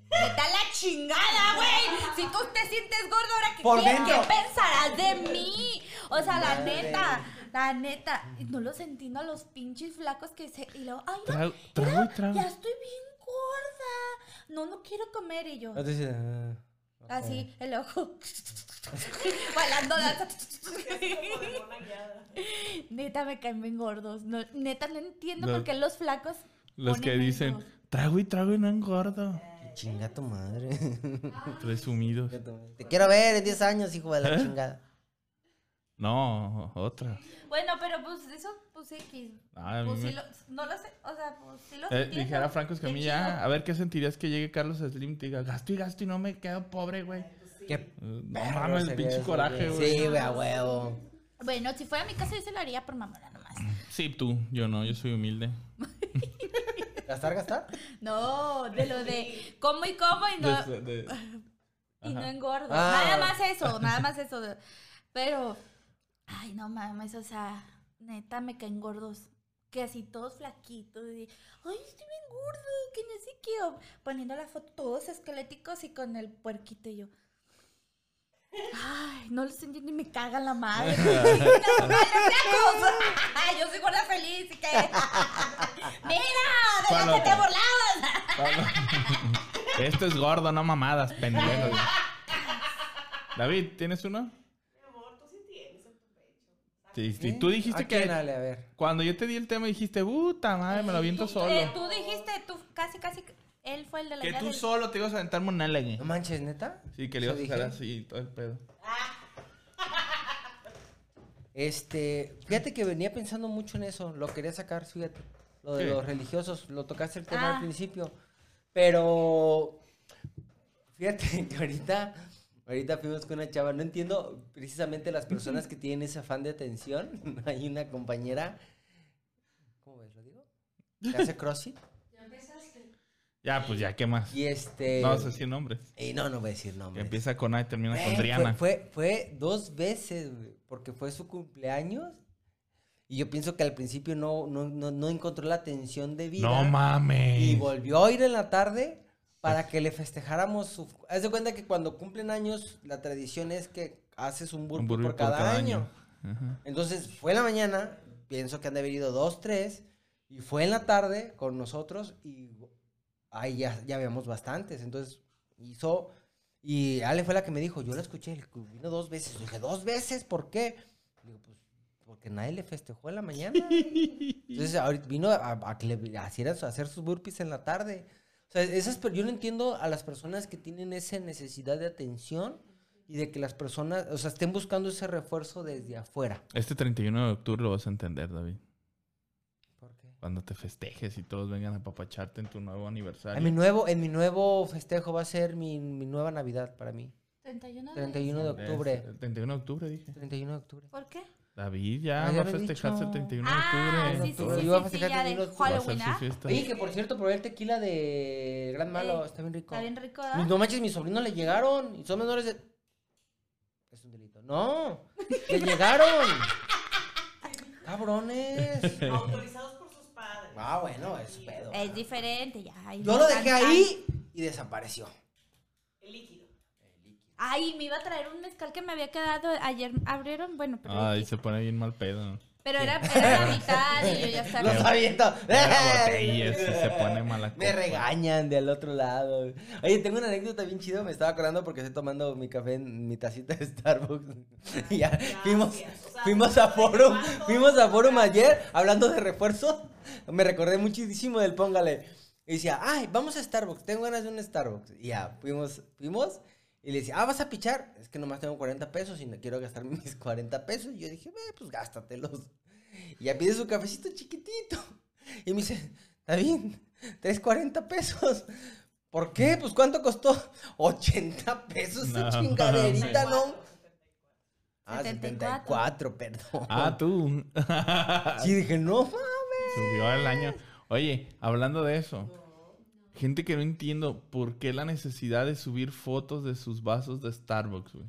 [SPEAKER 3] ¡Vete a la chingada, güey! Si tú te sientes gordo ahora que
[SPEAKER 4] Por
[SPEAKER 3] quieres,
[SPEAKER 4] dentro.
[SPEAKER 3] ¿qué pensarás de mí? O sea, la neta, la neta. Y No los entiendo a los pinches flacos que se. Y luego, ay, no,
[SPEAKER 5] Trago, trago y trago.
[SPEAKER 3] ya estoy bien gorda. No, no quiero comer. Y yo,
[SPEAKER 4] Entonces, ah, ok.
[SPEAKER 3] así, el ojo. Bailando danza. Neta, me caen bien gordos. No, neta, no entiendo
[SPEAKER 5] Los-
[SPEAKER 3] por qué los flacos.
[SPEAKER 5] Los que
[SPEAKER 3] ponen
[SPEAKER 5] dicen,
[SPEAKER 3] esos.
[SPEAKER 5] trago y trago y no engordo.
[SPEAKER 4] Chinga tu <laughs> madre.
[SPEAKER 3] Ah.
[SPEAKER 5] Presumidos.
[SPEAKER 4] Te quiero ver en 10 años, hijo de la chingada.
[SPEAKER 5] No, otra.
[SPEAKER 3] Bueno, pero pues eso, pues X.
[SPEAKER 5] Ah, a mí
[SPEAKER 3] Pues sí
[SPEAKER 5] me-
[SPEAKER 3] lo, no lo sé, o sea, pues sí lo
[SPEAKER 5] Eh,
[SPEAKER 3] entiendo.
[SPEAKER 5] dijera Franco
[SPEAKER 3] Qué
[SPEAKER 5] Escamilla,
[SPEAKER 3] chido.
[SPEAKER 5] a ver qué sentirías que llegue Carlos Slim y te diga, gasto y gasto y no me quedo pobre, güey.
[SPEAKER 4] Qué
[SPEAKER 5] Eh, No
[SPEAKER 4] perro
[SPEAKER 5] mames,
[SPEAKER 4] sería
[SPEAKER 5] pinche
[SPEAKER 4] eso,
[SPEAKER 5] coraje, güey.
[SPEAKER 4] Sí, güey, a huevo.
[SPEAKER 3] Bueno, si fuera mi casa, yo se lo haría por mamona nomás.
[SPEAKER 5] Sí, tú, yo no, yo soy humilde.
[SPEAKER 4] ¿Gastar, gastar?
[SPEAKER 3] No, de lo de como y como y no,
[SPEAKER 5] De- de-
[SPEAKER 3] y no engordo.
[SPEAKER 4] Ah.
[SPEAKER 3] Nada más eso, nada más eso. de- Pero, ay, no mames, o sea, neta me caen gordos. Que así todos flaquitos. y, ay, estoy bien gordo, que no sé qué. o poniendo la foto todos esqueléticos y con el puerquito y yo. Ay, no los entiendo y me cagan la madre. <laughs> Ay, yo soy gorda feliz. y que- <laughs> Mira, de lo que
[SPEAKER 5] Paloma.
[SPEAKER 3] te burlabas.
[SPEAKER 5] Pablo. <laughs> Esto es gordo, no mamadas, pendejo. güey. David, ¿tienes uno?
[SPEAKER 6] Mi amor, tú sí tienes en tu pecho.
[SPEAKER 5] Sí,
[SPEAKER 4] ¿Eh?
[SPEAKER 5] sí, Tú dijiste
[SPEAKER 4] ¿A quién,
[SPEAKER 5] que
[SPEAKER 4] Ale? a ver.
[SPEAKER 5] cuando yo te di el tema dijiste, puta madre, me lo aviento
[SPEAKER 3] Eh,
[SPEAKER 5] solo.
[SPEAKER 3] tú dijiste, tú casi, casi, él fue el de la
[SPEAKER 5] Que
[SPEAKER 3] idea
[SPEAKER 5] tú
[SPEAKER 3] del-
[SPEAKER 5] solo te ibas a aventar monelengue.
[SPEAKER 4] No manches, ¿neta?
[SPEAKER 5] Sí, que le ibas a
[SPEAKER 4] Eso
[SPEAKER 5] hacer
[SPEAKER 4] dije.
[SPEAKER 5] así y todo el pedo.
[SPEAKER 4] Este, fíjate que venía pensando mucho en eso, lo quería sacar, fíjate, lo de
[SPEAKER 5] Sí.
[SPEAKER 4] los religiosos, lo tocaste el tema
[SPEAKER 3] Ah.
[SPEAKER 4] al principio, pero fíjate <laughs> que ahorita, ahorita fuimos con una chava, no entiendo precisamente las personas que tienen ese afán de atención, <laughs> hay una compañera, ¿cómo ves, lo digo? Que hace
[SPEAKER 5] <laughs>
[SPEAKER 4] CrossFit,
[SPEAKER 5] Ya, pues ya, ¿qué más?
[SPEAKER 4] y este,
[SPEAKER 5] No sé si nombres.
[SPEAKER 4] y no, no voy a decir
[SPEAKER 5] Que
[SPEAKER 4] nombres.
[SPEAKER 5] empieza con A y termina
[SPEAKER 4] Güey,
[SPEAKER 5] con
[SPEAKER 4] fue-
[SPEAKER 5] Triana.
[SPEAKER 4] Fue, fue dos veces, güey, porque fue su cumpleaños. Y yo pienso que al principio no, no, no, no encontró la atención de vida.
[SPEAKER 5] No
[SPEAKER 4] Y
[SPEAKER 5] mames.
[SPEAKER 4] volvió a ir en la tarde para que le festejáramos su... Haz de cuenta que cuando cumplen años, la tradición es que haces un burpee,
[SPEAKER 5] Un burpee
[SPEAKER 4] por, cada año.
[SPEAKER 5] Ajá.
[SPEAKER 4] Entonces, fue en la mañana, pienso que han de haber ido dos, tres, y fue en la tarde con nosotros y ahí ya, ya habíamos bastantes. Entonces, hizo, y Ale fue la que me dijo, yo la escuché, el- vino dos veces. Yo dije, ¿dos veces? ¿Por qué? Digo, pues, porque nadie le festejó en la mañana. Entonces, ahorita vino a, a que le- a hacer, a hacer sus burpees en la tarde. O sea, esas, per- yo no entiendo a las personas que tienen esa necesidad de atención y de que las personas, o sea, estén buscando ese refuerzo desde afuera.
[SPEAKER 5] Este 31 de octubre lo vas a entender, David.
[SPEAKER 4] ¿Por qué?
[SPEAKER 5] Cuando te festejes y todos vengan a papacharte en tu nuevo aniversario.
[SPEAKER 4] En mi nuevo, en mi nuevo festejo va a ser mi, mi nueva Navidad para mí.
[SPEAKER 3] 31 de
[SPEAKER 4] 31 de octubre.
[SPEAKER 5] Es El 31 de octubre, dije.
[SPEAKER 4] 31 de octubre.
[SPEAKER 3] ¿Por qué?
[SPEAKER 5] David ya
[SPEAKER 4] Ah, ya
[SPEAKER 5] va a
[SPEAKER 4] lo he
[SPEAKER 5] festejarse el
[SPEAKER 4] dicho.
[SPEAKER 5] 31 de
[SPEAKER 3] Ah,
[SPEAKER 5] octubre.
[SPEAKER 3] sí, sí,
[SPEAKER 4] octubre.
[SPEAKER 3] sí,
[SPEAKER 4] Iba a
[SPEAKER 3] sí, sí,
[SPEAKER 4] festejar
[SPEAKER 3] ya
[SPEAKER 4] también
[SPEAKER 3] de
[SPEAKER 4] los-
[SPEAKER 5] Va a ser
[SPEAKER 3] Halloween,
[SPEAKER 5] su
[SPEAKER 3] ¿ah?
[SPEAKER 5] fiesta.
[SPEAKER 4] Oye, que por cierto, probé el tequila de Gran Malo.
[SPEAKER 3] Ey,
[SPEAKER 4] está bien rico.
[SPEAKER 3] Está bien rico,
[SPEAKER 4] Mis-
[SPEAKER 3] ¿ah?
[SPEAKER 4] No manches, mis sobrinos le llegaron. Y son menores de. Es un delito. ¡No! ¡Le
[SPEAKER 3] <laughs>
[SPEAKER 4] llegaron! ¡Cabrones!
[SPEAKER 5] <laughs>
[SPEAKER 6] Autorizados por sus padres.
[SPEAKER 4] Ah, bueno, es pedo.
[SPEAKER 3] Es diferente, ya. ay,
[SPEAKER 4] Yo
[SPEAKER 3] no
[SPEAKER 4] lo
[SPEAKER 3] tan-
[SPEAKER 4] dejé ahí y desapareció.
[SPEAKER 6] El líquido.
[SPEAKER 3] Ay, me iba a traer un mezcal que me había quedado ayer. Abrieron, bueno, pero,
[SPEAKER 5] Ay, se pone bien mal
[SPEAKER 4] <laughs>
[SPEAKER 5] pedo.
[SPEAKER 3] pero
[SPEAKER 5] <laughs>
[SPEAKER 3] era, era la mitad y yo ya estaba.
[SPEAKER 4] Los aviento.
[SPEAKER 5] La botella y se pone mala
[SPEAKER 4] Me regañan del otro lado. Oye, tengo una anécdota bien chida. Me estaba acordando porque estoy tomando mi café en mi tacita de Starbucks. Y <laughs> ya fuimos,
[SPEAKER 6] O sea,
[SPEAKER 4] fuimos a forum. Fuimos a forum ayer hablando de refuerzos. Me recordé muchísimo del póngale. Y decía, ay, vamos a Starbucks. Tengo ganas de un Starbucks. Y ya fuimos, fuimos. Y le decía, ah, vas a pichar. Es que nomás tengo 40 pesos y no quiero gastar <laughs> mis 40 pesos. Y yo dije, "Ve, pues gástatelos. Y ya pide su cafecito chiquitito. Y me dice, está bien, 340 pesos. ¿Por qué? Pues ¿cuánto costó? 80 pesos esa
[SPEAKER 5] No.
[SPEAKER 4] chingaderita, ¿no? Ah, 74,
[SPEAKER 3] 74.
[SPEAKER 4] perdón. <laughs>
[SPEAKER 5] Ah, tú.
[SPEAKER 4] Sí, dije, no, mames.
[SPEAKER 5] Subió al año. Oye, hablando de eso. Gente que no entiendo por qué la necesidad de subir fotos de sus vasos de Starbucks, güey.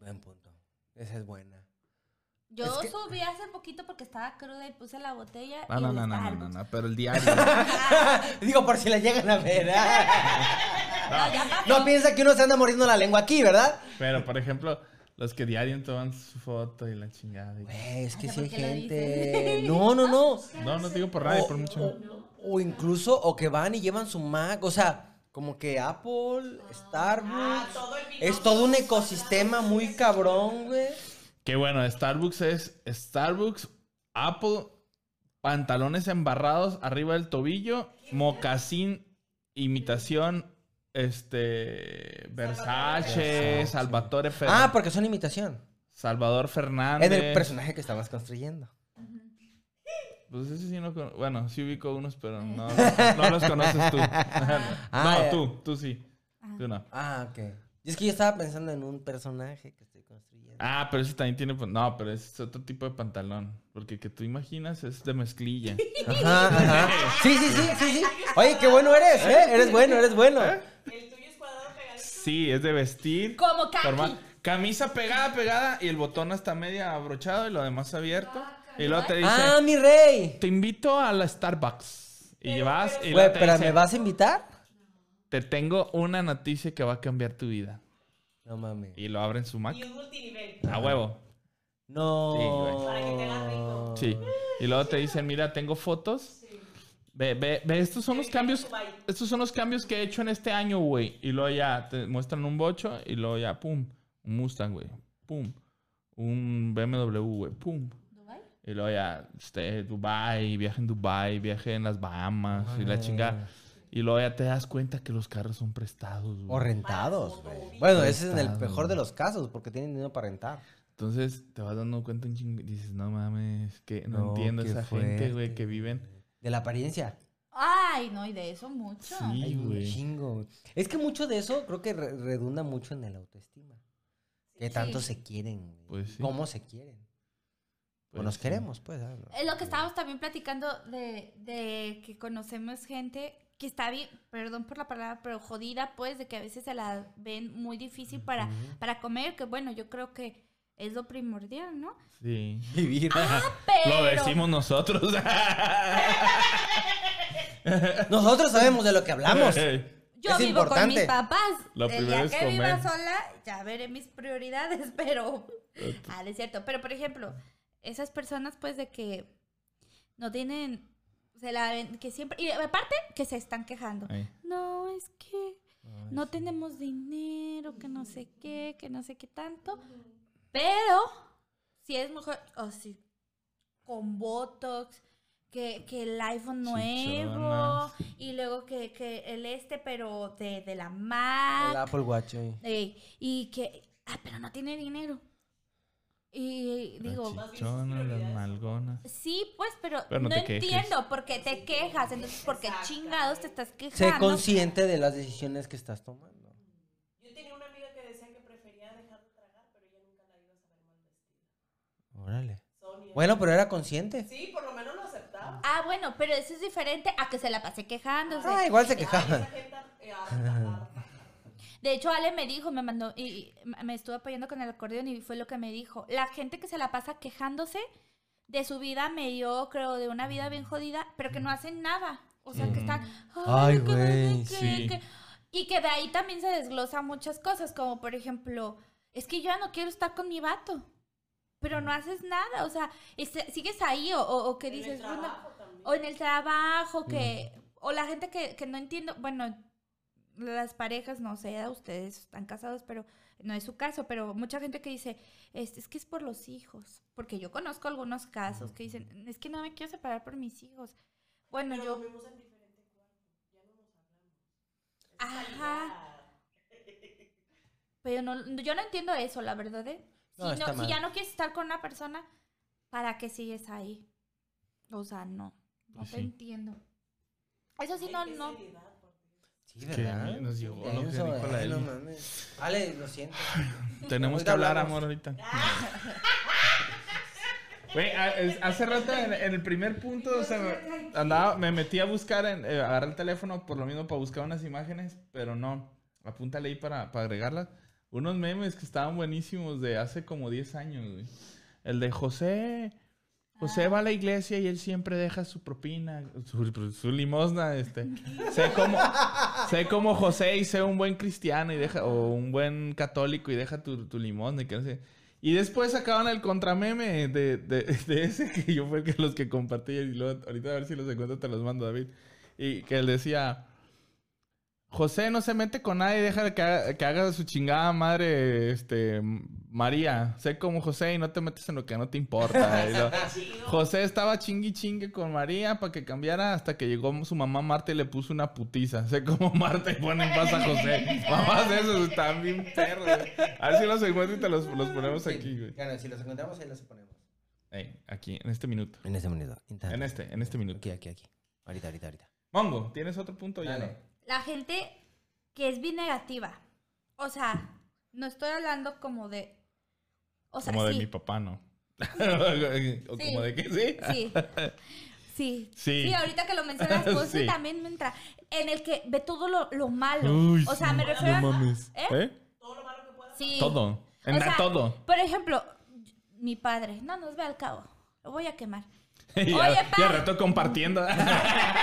[SPEAKER 4] Buen punto. Esa es buena. <laughs>
[SPEAKER 3] Yo
[SPEAKER 4] Es que-
[SPEAKER 3] subí hace poquito porque estaba cruda y puse la botella.
[SPEAKER 5] Ah, No,
[SPEAKER 3] y
[SPEAKER 5] no,
[SPEAKER 3] el
[SPEAKER 5] no, no, no, no,
[SPEAKER 3] Starbucks.
[SPEAKER 5] no, pero
[SPEAKER 4] <laughs>
[SPEAKER 5] el diario.
[SPEAKER 4] Digo, por si la llegan a ver. ¿ah?
[SPEAKER 3] <laughs> No, ya pasó.
[SPEAKER 4] No piensa que uno se anda muriendo la lengua aquí, ¿verdad?
[SPEAKER 5] pero, por ejemplo, los que diario toman su foto y la chingada. y-
[SPEAKER 4] Güey, es que sí
[SPEAKER 3] Ay, ¿por
[SPEAKER 4] hay
[SPEAKER 3] qué lo
[SPEAKER 4] gente.
[SPEAKER 3] dices?
[SPEAKER 4] No, no,
[SPEAKER 3] <laughs>
[SPEAKER 4] no.
[SPEAKER 5] No, no te digo por nadie, por mucho.
[SPEAKER 4] O incluso, o que van y llevan su Mac. O sea, como que Apple, Starbucks.
[SPEAKER 6] Ah, todo el vino.
[SPEAKER 4] es todo un ecosistema muy cabrón, güey.
[SPEAKER 5] Que bueno, Starbucks es Starbucks, Apple, pantalones embarrados arriba del tobillo, mocasín, imitación, este, Versace,
[SPEAKER 4] Versace.
[SPEAKER 5] Salvatore Fer-
[SPEAKER 4] Ah, porque son imitación.
[SPEAKER 5] Salvador Fernández.
[SPEAKER 4] Es del personaje que estabas construyendo.
[SPEAKER 5] Pues ese sí no con- Bueno, sí ubico unos, pero
[SPEAKER 4] <laughs>
[SPEAKER 5] no, no, no los conoces tú.
[SPEAKER 4] Ah,
[SPEAKER 5] no,
[SPEAKER 4] ya.
[SPEAKER 5] tú, tú sí. Tú no.
[SPEAKER 4] Ah, ok. Y es que yo estaba pensando en un personaje que estoy construyendo.
[SPEAKER 5] Ah, pero ese también tiene... pan- No, pero ese es otro tipo de pantalón. Porque que tú imaginas es de
[SPEAKER 4] <laughs>
[SPEAKER 5] mezclilla.
[SPEAKER 4] Ajá, ajá. Sí, sí, sí, sí, sí. Oye, qué bueno eres, ¿eh? Eres bueno, eres bueno.
[SPEAKER 5] ¿Eh?
[SPEAKER 6] El tuyo es cuadrado pegadito.
[SPEAKER 5] Sí, es de vestir.
[SPEAKER 3] Como Kaki.
[SPEAKER 5] Formal. Camisa pegada, pegada y el botón hasta media abrochado y lo demás abierto. Y luego te dice,
[SPEAKER 4] Ah, mi rey.
[SPEAKER 5] te invito a la Starbucks. Y vas y
[SPEAKER 4] Güey,
[SPEAKER 5] luego te
[SPEAKER 4] pero
[SPEAKER 5] dice,
[SPEAKER 4] ¿me vas a invitar?
[SPEAKER 5] te tengo una noticia que va a cambiar tu vida.
[SPEAKER 4] No mames.
[SPEAKER 5] Y lo abren su Mac.
[SPEAKER 6] Y un multinivel.
[SPEAKER 5] A huevo.
[SPEAKER 4] No.
[SPEAKER 6] Para que te hagas rico.
[SPEAKER 5] Sí. Y luego te dicen, mira, tengo fotos. Ve, ve, ve, estos son los cambios. Estos son los cambios que he hecho en este año, güey. Y luego ya te muestran un bocho y luego ya, pum. Un Mustang, güey. Pum. Un BMW, güey. Pum.
[SPEAKER 3] ¿Dubái?
[SPEAKER 5] Y luego ya, este, Dubai, viaje en Dubai, viaje en las Bahamas y Ah, la chingada. Y luego ya te das cuenta que los carros son prestados, güey.
[SPEAKER 4] O rentados, güey. Bueno, ese es en el
[SPEAKER 5] Rentado.
[SPEAKER 4] mejor de los casos, porque tienen dinero para rentar.
[SPEAKER 5] Entonces te vas dando cuenta un chingo. y Dices, no mames, que no,
[SPEAKER 4] No,
[SPEAKER 5] entiendo
[SPEAKER 4] qué
[SPEAKER 5] esa gente, güey, que
[SPEAKER 4] fuerte,
[SPEAKER 5] viven.
[SPEAKER 4] De la apariencia.
[SPEAKER 3] Ay, no, y de eso mucho.
[SPEAKER 5] Sí.
[SPEAKER 4] Hay un
[SPEAKER 5] güey.
[SPEAKER 4] chingo. güey. Es que mucho de eso creo que re- redunda mucho en el autoestima. Que tanto se quieren, güey.
[SPEAKER 5] Pues sí.
[SPEAKER 4] ¿Cómo se quieren?
[SPEAKER 5] Pues
[SPEAKER 4] o nos
[SPEAKER 5] sí.
[SPEAKER 4] queremos, pues. ah, no.
[SPEAKER 3] Es lo que estábamos también platicando de, de que conocemos gente que está bien, perdón por la palabra, pero jodida, pues, de que a veces se la ven muy difícil para, para comer, que bueno, yo creo que es lo primordial, ¿no?
[SPEAKER 5] Sí.
[SPEAKER 4] <laughs> Vivir.
[SPEAKER 3] Pero,
[SPEAKER 5] Lo decimos <laughs> nosotros.
[SPEAKER 4] <laughs> Nosotros sabemos de lo que hablamos.
[SPEAKER 5] <laughs>
[SPEAKER 3] Yo
[SPEAKER 4] Es
[SPEAKER 3] vivo con mis
[SPEAKER 4] importante.
[SPEAKER 3] papás.
[SPEAKER 5] Lo
[SPEAKER 3] El
[SPEAKER 5] primero
[SPEAKER 3] día
[SPEAKER 5] es
[SPEAKER 3] que viva
[SPEAKER 5] comer.
[SPEAKER 3] sola, ya veré mis prioridades, <laughs> pero. Ah, es cierto. Pero, por ejemplo, esas personas, pues, de que no tienen. Se la ven, que siempre. Y aparte, que se están quejando.
[SPEAKER 5] Ay.
[SPEAKER 3] No, es que no tenemos dinero, que no sé qué, que no sé qué tanto. Pero, si es mejor. O si. Con Botox. Que, que el iPhone nuevo.
[SPEAKER 5] Chichonas.
[SPEAKER 3] Y luego que, que el este, pero de, de la
[SPEAKER 4] El
[SPEAKER 3] Mac.
[SPEAKER 4] Apple Watch, güey.
[SPEAKER 3] Ey, y que. Ah, pero no tiene dinero.
[SPEAKER 5] Ah,
[SPEAKER 3] Y digo.
[SPEAKER 5] Las chichonas, las malgonas.
[SPEAKER 3] Sí, pues, pero,
[SPEAKER 5] Pero
[SPEAKER 3] no,
[SPEAKER 5] no te quejes.
[SPEAKER 3] entiendo por qué te quejas. Entonces, ¿por qué chingados te estás
[SPEAKER 4] Sé
[SPEAKER 3] quejando?
[SPEAKER 4] consciente de las decisiones que estás tomando.
[SPEAKER 6] Yo tenía una amiga que decía que prefería dejar de tragar, pero ella nunca la iba a saber mal vestida.
[SPEAKER 4] Órale.
[SPEAKER 6] Sonia.
[SPEAKER 4] Bueno, pero era consciente.
[SPEAKER 6] Sí, por lo menos lo aceptaba.
[SPEAKER 3] ah, bueno, pero eso es diferente a que se la pasé quejándose.
[SPEAKER 4] Ah, igual se
[SPEAKER 6] Ay, esa
[SPEAKER 4] quejaban.
[SPEAKER 6] gente eh,
[SPEAKER 4] <laughs>
[SPEAKER 6] harta, harta.
[SPEAKER 3] De hecho, Ale me dijo, me mandó y, y me estuvo apoyando con el acordeón y fue lo que me dijo. La gente que se la pasa quejándose de su vida mediocre o de una vida bien jodida, pero que no hacen nada. O sea, que están,
[SPEAKER 4] Ay,
[SPEAKER 3] qué bueno
[SPEAKER 4] güey,
[SPEAKER 3] que-
[SPEAKER 5] sí.
[SPEAKER 3] que-". Y que de ahí también se desglosan muchas cosas, como por ejemplo, es que yo ya no quiero estar con mi vato, pero no haces nada, o sea, este- sigues ahí o, o- o que
[SPEAKER 6] En el
[SPEAKER 3] dices, bueno,
[SPEAKER 6] trabajo también.
[SPEAKER 3] o en el trabajo, que, o la gente que, que no entiendo, bueno, las parejas, no sé, a ustedes están casados, pero no es su caso, pero mucha gente que dice, es, es que es por los hijos, porque yo conozco algunos casos que dicen, es que no me quiero separar por mis hijos. Bueno,
[SPEAKER 6] Pero
[SPEAKER 3] yo...
[SPEAKER 6] dormimos en diferente cuarto. Ya no nos hablamos. Esa es la
[SPEAKER 3] Ajá.
[SPEAKER 6] idea.
[SPEAKER 3] Pero no, yo no entiendo eso, la verdad, ¿eh? Si,
[SPEAKER 4] No,
[SPEAKER 3] no-
[SPEAKER 4] está
[SPEAKER 3] si
[SPEAKER 4] mal.
[SPEAKER 3] ya no quieres estar con una persona, ¿para qué sigues ahí? O sea, no. No
[SPEAKER 5] Pues
[SPEAKER 3] te
[SPEAKER 5] sí.
[SPEAKER 3] entiendo. Eso sí, no,
[SPEAKER 6] Ay, qué
[SPEAKER 3] no.
[SPEAKER 6] seriedad, por Dios.
[SPEAKER 4] Sí,
[SPEAKER 5] Que
[SPEAKER 4] ¿verdad?
[SPEAKER 5] nos llegó lo que
[SPEAKER 4] Denso,
[SPEAKER 5] dijo la
[SPEAKER 4] eh, no
[SPEAKER 5] Eli.
[SPEAKER 4] mames. Ale, lo siento.
[SPEAKER 5] Tenemos que
[SPEAKER 4] Ahorita
[SPEAKER 5] hablar,
[SPEAKER 4] hablamos.
[SPEAKER 5] amor, ahorita.
[SPEAKER 4] <laughs>
[SPEAKER 5] Güey, a- es- hace rato en, en el primer punto o sea, me- andaba, me metí a buscar, en, eh, agarré el teléfono por lo mismo para buscar unas imágenes, pero no. Apúntale ahí para, para agregarlas. Unos memes que estaban buenísimos de hace como 10 años, güey. El de José. José va a la iglesia y él siempre deja su propina, su, su limosna, este. Sé como, sé como José y sé un buen cristiano y deja, o un buen católico y deja tu, tu limosna y que no sé. Y después sacaban el contrameme de, de, de ese que yo fue el que los que compartí y luego ahorita a ver si los encuentro te los mando David. Y que él decía, José no se mete con nadie, deja que haga, que haga su chingada madre, este, María. Sé como José y no te metes en lo que no te importa. Y lo- José estaba chingui chingue con María para que cambiara hasta que llegó su mamá Marta y le puso una putiza. Sé como <laughs> Marta y pone en paz a José. Mamás de esos están bien perros. güey. A ver si los encuentro y te los, los ponemos
[SPEAKER 4] Sí,
[SPEAKER 5] aquí, güey.
[SPEAKER 4] Bueno, si los encontramos, ahí los ponemos.
[SPEAKER 5] Ey, aquí, en este minuto.
[SPEAKER 4] En ese minuto.
[SPEAKER 5] En este, en este minuto.
[SPEAKER 4] Aquí, aquí, aquí. Ahorita, ahorita, ahorita.
[SPEAKER 5] Mongo, ¿tienes otro punto? Ya
[SPEAKER 4] Dale.
[SPEAKER 5] no.
[SPEAKER 3] La gente que es bien negativa. O sea, no estoy hablando como de. O sea,
[SPEAKER 5] Como de
[SPEAKER 3] sí.
[SPEAKER 5] mi papá, no. <laughs> o como de que sí.
[SPEAKER 3] <laughs> Sí. Sí.
[SPEAKER 5] Sí.
[SPEAKER 3] Sí, ahorita que
[SPEAKER 5] <laughs>
[SPEAKER 3] lo mencionas, pues sí,
[SPEAKER 5] Sí.
[SPEAKER 3] también me entra. En el que ve todo lo, lo malo.
[SPEAKER 5] Uy,
[SPEAKER 3] o sea,
[SPEAKER 5] sí.
[SPEAKER 3] me refiero
[SPEAKER 5] No
[SPEAKER 3] a.
[SPEAKER 5] mames.
[SPEAKER 3] ¿Eh?
[SPEAKER 5] ¿Eh?
[SPEAKER 6] Todo lo malo que puedas.
[SPEAKER 3] Sí.
[SPEAKER 5] Todo. Entra
[SPEAKER 3] sea,
[SPEAKER 5] todo. <laughs>
[SPEAKER 3] Por ejemplo, mi padre, no nos ve al cabo, lo voy a quemar.
[SPEAKER 5] Y
[SPEAKER 3] Oye,
[SPEAKER 5] a- y
[SPEAKER 3] pa.
[SPEAKER 5] al rato
[SPEAKER 3] <laughs>
[SPEAKER 5] compartiendo. <laughs>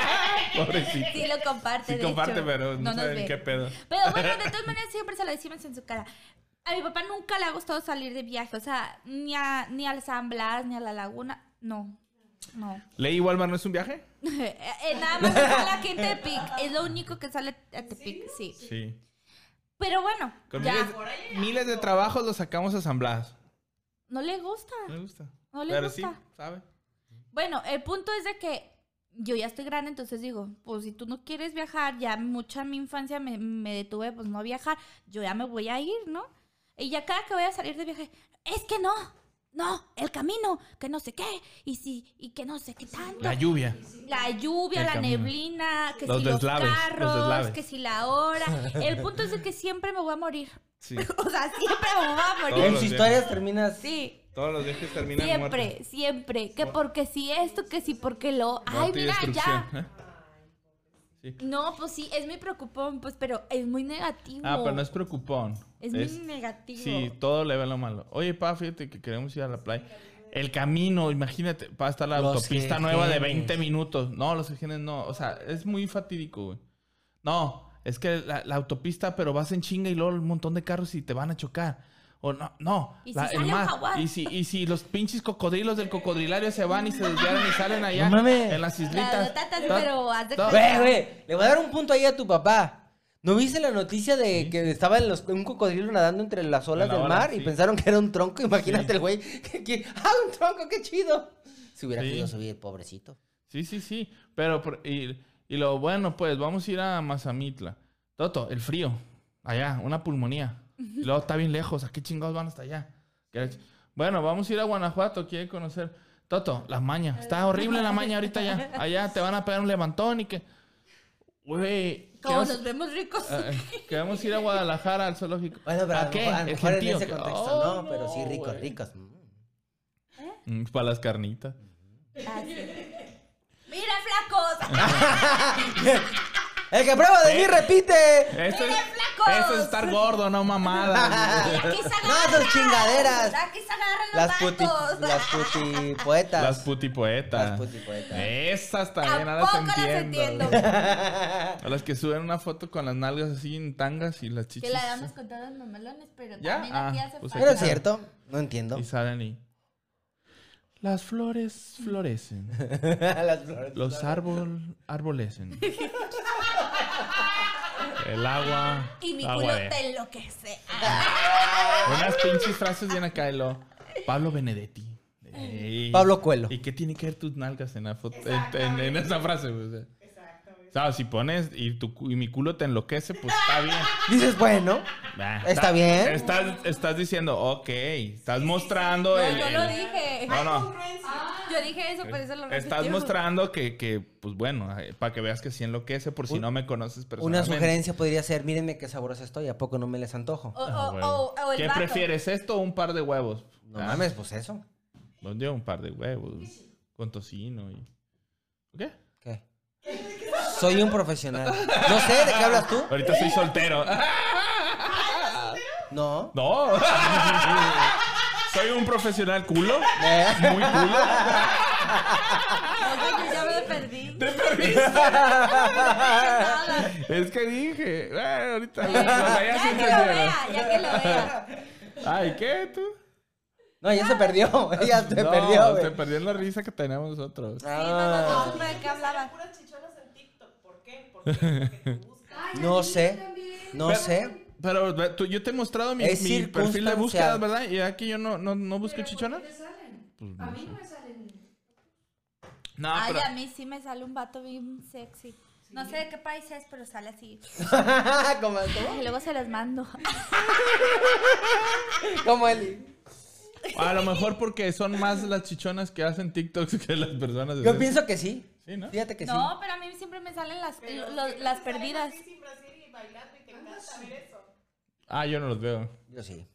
[SPEAKER 5] Pobrecito.
[SPEAKER 3] Sí lo comparte,
[SPEAKER 5] Sí
[SPEAKER 3] de
[SPEAKER 5] comparte,
[SPEAKER 3] hecho.
[SPEAKER 5] pero no,
[SPEAKER 3] nos
[SPEAKER 5] saben
[SPEAKER 3] ve.
[SPEAKER 5] qué pedo.
[SPEAKER 3] Pero bueno,
[SPEAKER 5] <laughs>
[SPEAKER 3] de todas maneras siempre se lo decimos en su cara. A mi papá nunca le ha gustado salir de viaje, o sea, ni a, ni al San Blas, ni a la laguna, no. No. <laughs>
[SPEAKER 5] ¿Ley Walmart no es un viaje?
[SPEAKER 3] Eh, eh, nada más sale aquí en Tepic. Es lo único que sale a Tepic, sí.
[SPEAKER 5] Sí.
[SPEAKER 3] Pero bueno,
[SPEAKER 5] Con
[SPEAKER 3] ya.
[SPEAKER 5] miles, miles de trabajos los sacamos asamblados.
[SPEAKER 3] No le gusta.
[SPEAKER 5] No le gusta.
[SPEAKER 3] No le
[SPEAKER 5] pero
[SPEAKER 3] gusta.
[SPEAKER 5] sí, ¿sabe?
[SPEAKER 3] Bueno, el punto es de que yo ya estoy grande, entonces digo, pues si tú no quieres viajar, ya mucha mi infancia me, me detuve, pues no a viajar, yo ya me voy a ir, ¿no? Y ya cada que voy a salir de viaje, es que no, no, el camino, que no sé qué, y si, y que no sé qué tanto.
[SPEAKER 5] La lluvia.
[SPEAKER 3] La lluvia,
[SPEAKER 5] El
[SPEAKER 3] la
[SPEAKER 5] camino.
[SPEAKER 3] neblina, que
[SPEAKER 5] Los
[SPEAKER 3] si los
[SPEAKER 5] deslaves, los
[SPEAKER 3] carros,
[SPEAKER 5] deslaves.
[SPEAKER 3] que si
[SPEAKER 5] <laughs>
[SPEAKER 3] la hora. El punto es de que siempre me voy a morir.
[SPEAKER 5] Sí.
[SPEAKER 3] O sea, siempre me
[SPEAKER 5] <laughs>
[SPEAKER 3] voy a morir.
[SPEAKER 5] Todos
[SPEAKER 4] En
[SPEAKER 5] los
[SPEAKER 4] sus
[SPEAKER 5] días.
[SPEAKER 4] historias terminas.
[SPEAKER 3] Sí.
[SPEAKER 5] Todos los viajes terminan
[SPEAKER 3] Siempre,
[SPEAKER 5] muertos.
[SPEAKER 3] siempre. Que porque si esto, que si porque lo. Ay,
[SPEAKER 5] Muerte y
[SPEAKER 3] mira, ya.
[SPEAKER 5] destrucción.
[SPEAKER 3] No, pues sí, es mi preocupón, pues, pero es muy negativo.
[SPEAKER 5] Ah, pero no es preocupón.
[SPEAKER 3] Es, muy negativo.
[SPEAKER 5] Sí, todo le ve lo malo. Oye, pa, fíjate que queremos ir a la playa. El camino, imagínate, pa, está la
[SPEAKER 4] Los
[SPEAKER 5] autopista nueva de
[SPEAKER 4] jejenes.
[SPEAKER 5] 20 minutos. No, los ejenes no. O sea, es muy fatídico, güey. No, es que la, la autopista, pero vas en chinga y luego un montón de carros y te van a chocar. O no, no.
[SPEAKER 3] ¿Y si
[SPEAKER 5] la-
[SPEAKER 3] sale un jaguar?
[SPEAKER 5] Y si, y si los pinches cocodrilos del cocodrilario se van y se desviaron y salen allá
[SPEAKER 4] No mames.
[SPEAKER 5] en las
[SPEAKER 3] La
[SPEAKER 5] islitas.
[SPEAKER 3] notata,
[SPEAKER 5] Ta-
[SPEAKER 3] pero haz de
[SPEAKER 5] ta-
[SPEAKER 3] cuenta.
[SPEAKER 4] Güey, güey, le voy a dar un punto ahí a tu papá. ¿No viste la noticia de que estaba en los- un cocodrilo nadando entre las olas
[SPEAKER 5] En la
[SPEAKER 4] del
[SPEAKER 5] ola,
[SPEAKER 4] mar y
[SPEAKER 5] sí.
[SPEAKER 4] pensaron que era un tronco? Imagínate el güey. que- que- ¡Ah, un tronco! ¡Qué chido! Se hubiera
[SPEAKER 5] Sí.
[SPEAKER 4] podido subir, pobrecito.
[SPEAKER 5] Sí, sí, sí. Pero, por- y, y lo bueno, pues, vamos a ir a Mazamitla. Toto, el frío. Allá, una pulmonía. Y luego está bien lejos. ¿A qué chingados van hasta allá? Que- Bueno, vamos a ir a Guanajuato. Quiere conocer. Toto, la maña. Está horrible la maña ahorita allá. Allá te van a pegar un levantón y que. Güey. ¿qué
[SPEAKER 3] Como
[SPEAKER 5] vas-
[SPEAKER 3] nos vemos ricos.
[SPEAKER 5] Ah, eh, que vamos a ir a Guadalajara al zoológico.
[SPEAKER 4] Bueno, pero a,
[SPEAKER 5] ¿A
[SPEAKER 4] lo
[SPEAKER 5] qué?
[SPEAKER 4] mejor, a lo
[SPEAKER 5] El
[SPEAKER 4] mejor en
[SPEAKER 5] gentío.
[SPEAKER 4] ese
[SPEAKER 5] Que-
[SPEAKER 4] contexto
[SPEAKER 5] Oh,
[SPEAKER 4] no, pero sí,
[SPEAKER 5] no,
[SPEAKER 4] ricos,
[SPEAKER 5] güey.
[SPEAKER 4] ricos. Mm.
[SPEAKER 5] Mm, Para las carnitas.
[SPEAKER 3] <laughs> Así. Mira, flacos.
[SPEAKER 5] <laughs>
[SPEAKER 4] El que prueba de mí repite.
[SPEAKER 5] Esto es-
[SPEAKER 3] Mira, flacos. chamacos.
[SPEAKER 5] Eso es estar gordo, no mamada.
[SPEAKER 4] <laughs>
[SPEAKER 3] Y aquí se
[SPEAKER 4] No,
[SPEAKER 3] agarran.
[SPEAKER 4] sus chingaderas.
[SPEAKER 3] Aquí se agarran los
[SPEAKER 4] Las
[SPEAKER 3] <laughs>
[SPEAKER 4] puti,
[SPEAKER 3] vatos.
[SPEAKER 4] las putipoetas.
[SPEAKER 5] Las Eh. putipoetas.
[SPEAKER 4] Las putipoetas.
[SPEAKER 5] Esas también, ahora
[SPEAKER 3] Tampoco las
[SPEAKER 5] te entiendo.
[SPEAKER 3] entiendo.
[SPEAKER 5] A las que suben una foto con las nalgas así en tangas y las
[SPEAKER 3] Que
[SPEAKER 5] chichis.
[SPEAKER 3] la damos con todos los mamalones, pero
[SPEAKER 5] ¿Ya?
[SPEAKER 3] también aquí
[SPEAKER 5] Ah,
[SPEAKER 3] hace
[SPEAKER 5] pues
[SPEAKER 3] falta.
[SPEAKER 4] <laughs> Pero es cierto, no entiendo.
[SPEAKER 5] Y salen y. Las flores florecen.
[SPEAKER 4] <laughs> Las flores.
[SPEAKER 5] Los árbol, arbolecen. El agua.
[SPEAKER 3] Y mi
[SPEAKER 5] agua
[SPEAKER 3] culo
[SPEAKER 5] de-
[SPEAKER 3] te enloquece. Ah,
[SPEAKER 5] Unas pinches frases bien acá y lo. Pablo Benedetti. Ey.
[SPEAKER 4] Pablo Coelho.
[SPEAKER 5] ¿Y qué tiene que ver tus nalgas en, la foto, en, en- en esa frase? güey? O sea, ¿sabes? si pones y, tu, cu- y mi culo te enloquece, pues está bien.
[SPEAKER 4] Dices, bueno,
[SPEAKER 5] Nah,
[SPEAKER 4] ¿Está bien?
[SPEAKER 5] Estás, estás diciendo, ok, estás mostrando.
[SPEAKER 3] No,
[SPEAKER 5] el-
[SPEAKER 3] yo lo
[SPEAKER 5] el-
[SPEAKER 3] dije.
[SPEAKER 5] No, no.
[SPEAKER 3] Yo dije pues, eso, pero eso lo repitió.
[SPEAKER 5] Estás mostrando que, que, pues bueno, eh, para que veas que sí enloquece por si no me conoces
[SPEAKER 4] una
[SPEAKER 5] personalmente.
[SPEAKER 4] sugerencia podría ser, mírenme qué sabrosa estoy, ¿a poco no me les antojo?
[SPEAKER 3] O, o,
[SPEAKER 5] Ah, güey.
[SPEAKER 3] o, o el
[SPEAKER 5] ¿Qué
[SPEAKER 3] vato.
[SPEAKER 5] prefieres, esto o un par de huevos?
[SPEAKER 4] No
[SPEAKER 5] Ah,
[SPEAKER 4] mames, pues eso.
[SPEAKER 5] pues yo un par de huevos con tocino y... ¿Qué?
[SPEAKER 4] ¿Qué? Soy un profesional. No sé, ¿de qué hablas tú?
[SPEAKER 5] Ahorita soy soltero.
[SPEAKER 4] No.
[SPEAKER 5] <laughs> No. <laughs> Soy un profesional
[SPEAKER 4] <laughs>
[SPEAKER 5] culo. Muy culo.
[SPEAKER 3] No, güey, yo Ah, ya me
[SPEAKER 5] <laughs>
[SPEAKER 3] perdí.
[SPEAKER 5] Te perdí.
[SPEAKER 3] Nada.
[SPEAKER 5] Es que dije, "Ah, ahorita lo
[SPEAKER 3] Ya
[SPEAKER 5] vayas a
[SPEAKER 3] que lo
[SPEAKER 5] entender".
[SPEAKER 3] vea, ya que lo
[SPEAKER 5] Ah.
[SPEAKER 3] vea.
[SPEAKER 5] Ay, ¿qué tú?
[SPEAKER 4] No, ella se perdió. <laughs> Ella se
[SPEAKER 5] No,
[SPEAKER 4] perdió,
[SPEAKER 5] Se
[SPEAKER 4] güey.
[SPEAKER 5] perdió en la risa que tenemos nosotros.
[SPEAKER 3] Sí, no, no, no supe de qué hablaban.
[SPEAKER 6] Puras chichonas en TikTok. ¿Por qué?
[SPEAKER 4] <laughs>
[SPEAKER 6] Porque porque te buscan.
[SPEAKER 4] No sé. No
[SPEAKER 5] Pero-
[SPEAKER 4] sé.
[SPEAKER 5] Pero ve, tú- yo te he mostrado mi,
[SPEAKER 4] Es
[SPEAKER 5] mi perfil de
[SPEAKER 4] circunstancial.
[SPEAKER 5] búsqueda, ¿verdad? Y aquí yo no, no, no busco chichonas. Pues,
[SPEAKER 7] A
[SPEAKER 5] no
[SPEAKER 7] mí
[SPEAKER 5] sé.
[SPEAKER 7] no me salen.
[SPEAKER 5] No,
[SPEAKER 4] Ah,
[SPEAKER 5] Ah,
[SPEAKER 3] Ay,
[SPEAKER 5] pero
[SPEAKER 3] a mí sí me sale un vato bien sexy. No sé de qué país es, pero sale así.
[SPEAKER 4] <laughs> como,
[SPEAKER 3] Y luego se los <laughs> mando.
[SPEAKER 4] como Eli.
[SPEAKER 5] a lo mejor porque son más las chichonas que hacen TikToks que las personas. de
[SPEAKER 4] Yo
[SPEAKER 5] ser-
[SPEAKER 4] pienso que sí.
[SPEAKER 5] Sí, ¿no?
[SPEAKER 4] Fíjate que sí.
[SPEAKER 3] No, pero a mí siempre me salen las, lo- lo- las perdidas.
[SPEAKER 6] Sí, Brasil y bailando y te encanta ver eso.
[SPEAKER 5] Ah, yo no los veo.
[SPEAKER 4] Yo sí.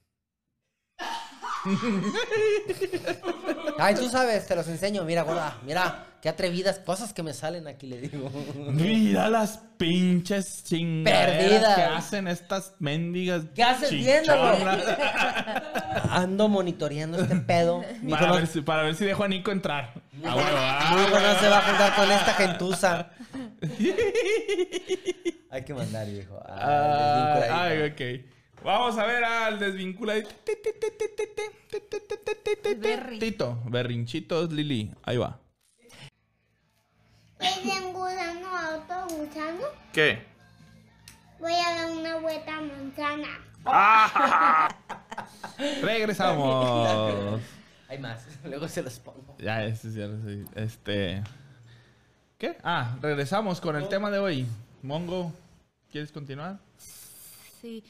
[SPEAKER 4] Ay, tú sabes, te los enseño. Mira, gorda, mira, qué atrevidas cosas que me salen aquí, le digo.
[SPEAKER 5] Mira las pinches chingaderas
[SPEAKER 4] Perdidas.
[SPEAKER 5] que hacen estas mendigas.
[SPEAKER 4] ¿Qué haces
[SPEAKER 5] chichonas. <laughs>
[SPEAKER 4] Ando monitoreando este pedo. Mi
[SPEAKER 5] Para
[SPEAKER 4] cono-
[SPEAKER 5] ver, si, para ver si dejo a Nico entrar. A huevo, ah,
[SPEAKER 4] mi hijo no se va a juntar con esta gentuza. Hay que mandar, viejo. Ay,
[SPEAKER 5] Ah,
[SPEAKER 4] desvinculadito.
[SPEAKER 5] ay, ok. Vamos a ver al desvinculadito.
[SPEAKER 3] Berry.
[SPEAKER 5] Tito, berrinchitos, Lili. Ahí va.
[SPEAKER 8] Dicen gusano, auto, gusano.
[SPEAKER 1] ¿Qué?
[SPEAKER 8] Voy a dar una vuelta a manzana.
[SPEAKER 5] Regresamos.
[SPEAKER 4] Hay más, luego se los pongo.
[SPEAKER 5] ya, este, ya lo sé. este. ¿Qué? Ah, regresamos con el tema de hoy. Mongo, ¿quieres continuar?
[SPEAKER 3] Sí.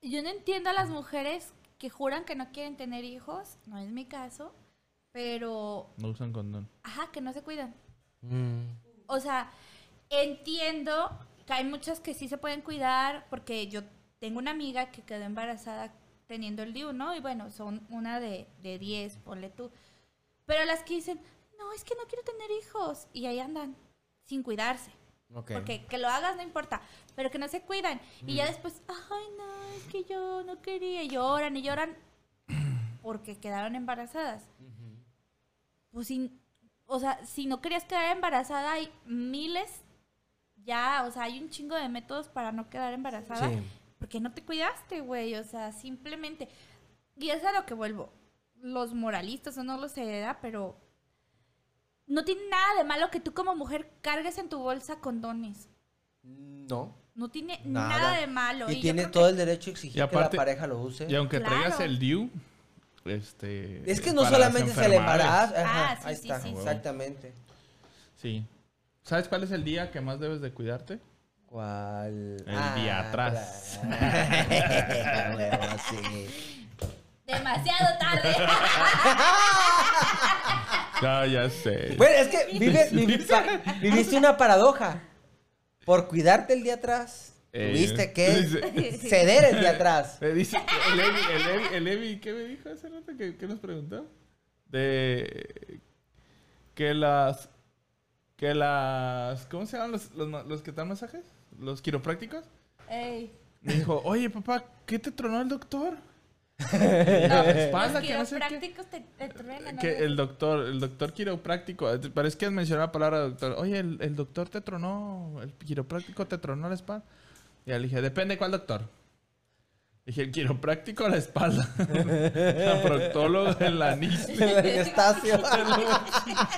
[SPEAKER 3] Yo no entiendo a las mujeres que juran que no quieren tener hijos. No es mi caso. Pero,
[SPEAKER 5] No usan condón.
[SPEAKER 3] ajá, que no se cuidan.
[SPEAKER 4] Mm,
[SPEAKER 3] O sea, entiendo que hay muchas que sí se pueden cuidar porque yo tengo una amiga que quedó embarazada teniendo el DIU, ¿no? Y bueno, son una de, de 10, ponle tú. Pero las que dicen, no, es que no quiero tener hijos. Y ahí andan, sin cuidarse.
[SPEAKER 4] Ok. Mm.
[SPEAKER 3] Porque que lo hagas no importa, pero que no se cuidan. Y ya después, ay, no, es que yo no quería. Y lloran
[SPEAKER 4] <clears throat>
[SPEAKER 3] y lloran porque quedaron embarazadas. Pues sin, o sea, si no querías quedar embarazada, hay miles ya, o sea, hay un chingo de métodos para no quedar embarazada.
[SPEAKER 4] Sí.
[SPEAKER 3] Porque no te cuidaste, güey, o sea, simplemente. Y es a lo que vuelvo. Los moralistas, o no lo sé, ¿verdad? pero no tiene nada de malo que tú como mujer cargues en tu bolsa condones.
[SPEAKER 4] No.
[SPEAKER 3] No tiene
[SPEAKER 4] Nada.
[SPEAKER 3] nada, de malo.
[SPEAKER 4] Y
[SPEAKER 3] yo
[SPEAKER 4] tiene
[SPEAKER 3] creo
[SPEAKER 4] todo el derecho a exigir
[SPEAKER 5] Y
[SPEAKER 4] que
[SPEAKER 5] aparte-
[SPEAKER 4] la pareja lo use.
[SPEAKER 5] Y aunque
[SPEAKER 3] Claro.
[SPEAKER 5] traigas el DIU, este.
[SPEAKER 4] Es que no
[SPEAKER 5] para
[SPEAKER 4] solamente
[SPEAKER 5] las
[SPEAKER 4] es el
[SPEAKER 5] enfermedades.
[SPEAKER 4] embarazo.
[SPEAKER 3] Ah,
[SPEAKER 4] Ajá,
[SPEAKER 3] sí,
[SPEAKER 4] ahí
[SPEAKER 3] sí,
[SPEAKER 4] está,
[SPEAKER 3] sí, sí.
[SPEAKER 4] exactamente.
[SPEAKER 5] Sí. ¿Sabes cuál es el día que más debes de cuidarte?
[SPEAKER 4] ¿Cuál? Ah,
[SPEAKER 5] El
[SPEAKER 4] <laughs>
[SPEAKER 5] día atrás.
[SPEAKER 4] claro. Bueno, sí.
[SPEAKER 3] que Demasiado
[SPEAKER 4] <laughs>
[SPEAKER 3] tarde.
[SPEAKER 5] Ya, Ah, ya sé.
[SPEAKER 4] Bueno, es que
[SPEAKER 5] <laughs>
[SPEAKER 4] vive- vivi- pa- viviste una paradoja. Por cuidarte el día atrás,
[SPEAKER 5] Eh,
[SPEAKER 4] tuviste que
[SPEAKER 5] dice- <laughs>
[SPEAKER 4] ceder el día atrás.
[SPEAKER 5] Me dice, el Evi, el Evi, el Evi, ¿qué me dijo hace rato? ¿Qué, qué nos preguntó? De que las que las ¿cómo se llaman los, los, ma- los que dan masajes? ¿Los quiroprácticos?
[SPEAKER 3] Ey,
[SPEAKER 5] Me dijo, oye, papá, ¿qué te tronó
[SPEAKER 4] <laughs>
[SPEAKER 5] el doctor? La espalda,
[SPEAKER 3] Los
[SPEAKER 5] que no sé qué.
[SPEAKER 3] quiroprácticos te, te truenan. ¿no?
[SPEAKER 5] Que el doctor, el doctor quiropráctico, eh, parece que has mencionado la palabra doctor. Oye, el, el doctor te tronó, el quiropráctico te tronó la espalda. Y le dije, depende cuál doctor. Dije, el quiropráctico o la espalda. <laughs> la proctólogo, el anís.
[SPEAKER 4] El
[SPEAKER 5] <laughs>
[SPEAKER 4] Anastasio. <laughs>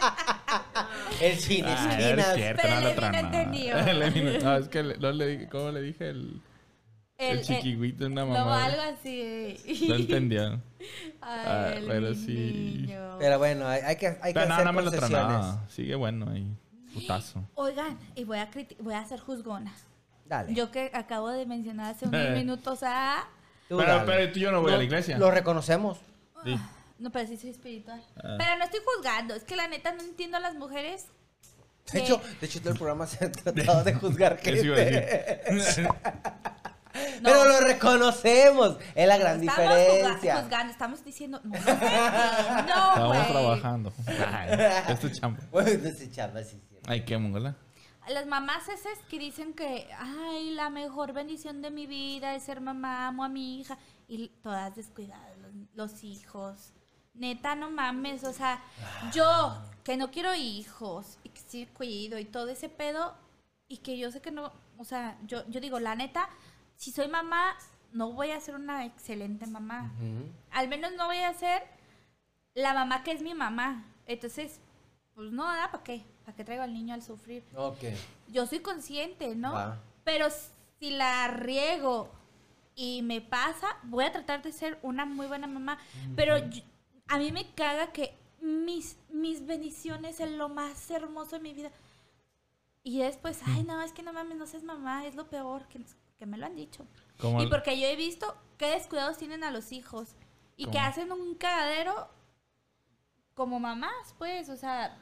[SPEAKER 4] el sin
[SPEAKER 5] Ah, era
[SPEAKER 4] esquinas.
[SPEAKER 5] cierto,
[SPEAKER 3] Pero
[SPEAKER 5] no,
[SPEAKER 3] el
[SPEAKER 5] la
[SPEAKER 3] Edwin
[SPEAKER 5] trama. <laughs>
[SPEAKER 3] entendió.
[SPEAKER 5] El Edwin- no, es que le- no le dije, ¿cómo le dije? El, el,
[SPEAKER 3] eh,
[SPEAKER 5] chiquihuito, una
[SPEAKER 3] No,
[SPEAKER 5] mamá.
[SPEAKER 3] algo así.
[SPEAKER 5] No <laughs> entendía.
[SPEAKER 3] <laughs> Ay,
[SPEAKER 5] Ah,
[SPEAKER 3] el
[SPEAKER 5] pero sí.
[SPEAKER 3] niño.
[SPEAKER 4] Pero bueno, hay, hay que, hay que
[SPEAKER 5] Pero no,
[SPEAKER 4] hacer
[SPEAKER 5] no me lo
[SPEAKER 4] concesiones.
[SPEAKER 5] tronaba. Sigue bueno ahí. Putazo.
[SPEAKER 3] Oigan, y voy a, criti- voy a ser juzgona.
[SPEAKER 4] Dale.
[SPEAKER 3] Yo que acabo de mencionar hace
[SPEAKER 5] Eh.
[SPEAKER 3] unos minutos a...
[SPEAKER 4] tú
[SPEAKER 5] pero,
[SPEAKER 4] dale.
[SPEAKER 5] pero tú y yo no voy a la
[SPEAKER 4] Lo-
[SPEAKER 5] iglesia.
[SPEAKER 4] Lo reconocemos.
[SPEAKER 5] Sí.
[SPEAKER 3] No, pero sí soy espiritual.
[SPEAKER 5] Ah.
[SPEAKER 3] Pero no estoy juzgando. Es que la neta no entiendo a las mujeres. que-
[SPEAKER 4] De hecho, de hecho, todo el programa se ha tratado de juzgar
[SPEAKER 5] <laughs> Eso iba a
[SPEAKER 4] gente.
[SPEAKER 5] decir.
[SPEAKER 4] Pero lo reconocemos. Es la gran
[SPEAKER 3] no estamos juzga-
[SPEAKER 4] diferencia.
[SPEAKER 3] juzgando. Estamos diciendo... No, no, sé,
[SPEAKER 5] <laughs>
[SPEAKER 3] no
[SPEAKER 5] Estamos
[SPEAKER 3] güey.
[SPEAKER 5] trabajando. Ay, esto es chamba.
[SPEAKER 4] Bueno, ese chamba sí, sí.
[SPEAKER 5] Ay, qué mongola.
[SPEAKER 3] Las mamás esas que dicen que, ay, la mejor bendición de mi vida es ser mamá, amo a mi hija. Y todas descuidadas, los, los hijos. Neta, no mames. O sea, yo que no quiero hijos y que sí cuido y todo ese pedo. Y que yo sé que no, o sea, yo, yo digo, la neta, si soy mamá, no voy a ser una excelente mamá. Al menos no voy a ser la mamá que es mi mamá. Entonces, pues no, ¿para qué? ¿Para qué traigo al niño al sufrir?
[SPEAKER 4] Ok.
[SPEAKER 3] yo soy consciente, ¿no?
[SPEAKER 4] Va.
[SPEAKER 3] Pero si la riego y me pasa, voy a tratar de ser una muy buena mamá. Pero yo- a mí me caga que mis, mis bendiciones es lo más hermoso de mi vida. Y después, ay, no, es que no mames, no seas mamá, es lo peor que, que me lo han dicho.
[SPEAKER 5] Como
[SPEAKER 3] Y
[SPEAKER 5] el-
[SPEAKER 3] porque yo he visto qué descuidados tienen a los hijos y que
[SPEAKER 5] ¿Cómo?
[SPEAKER 3] hacen un cagadero como mamás, pues, o sea,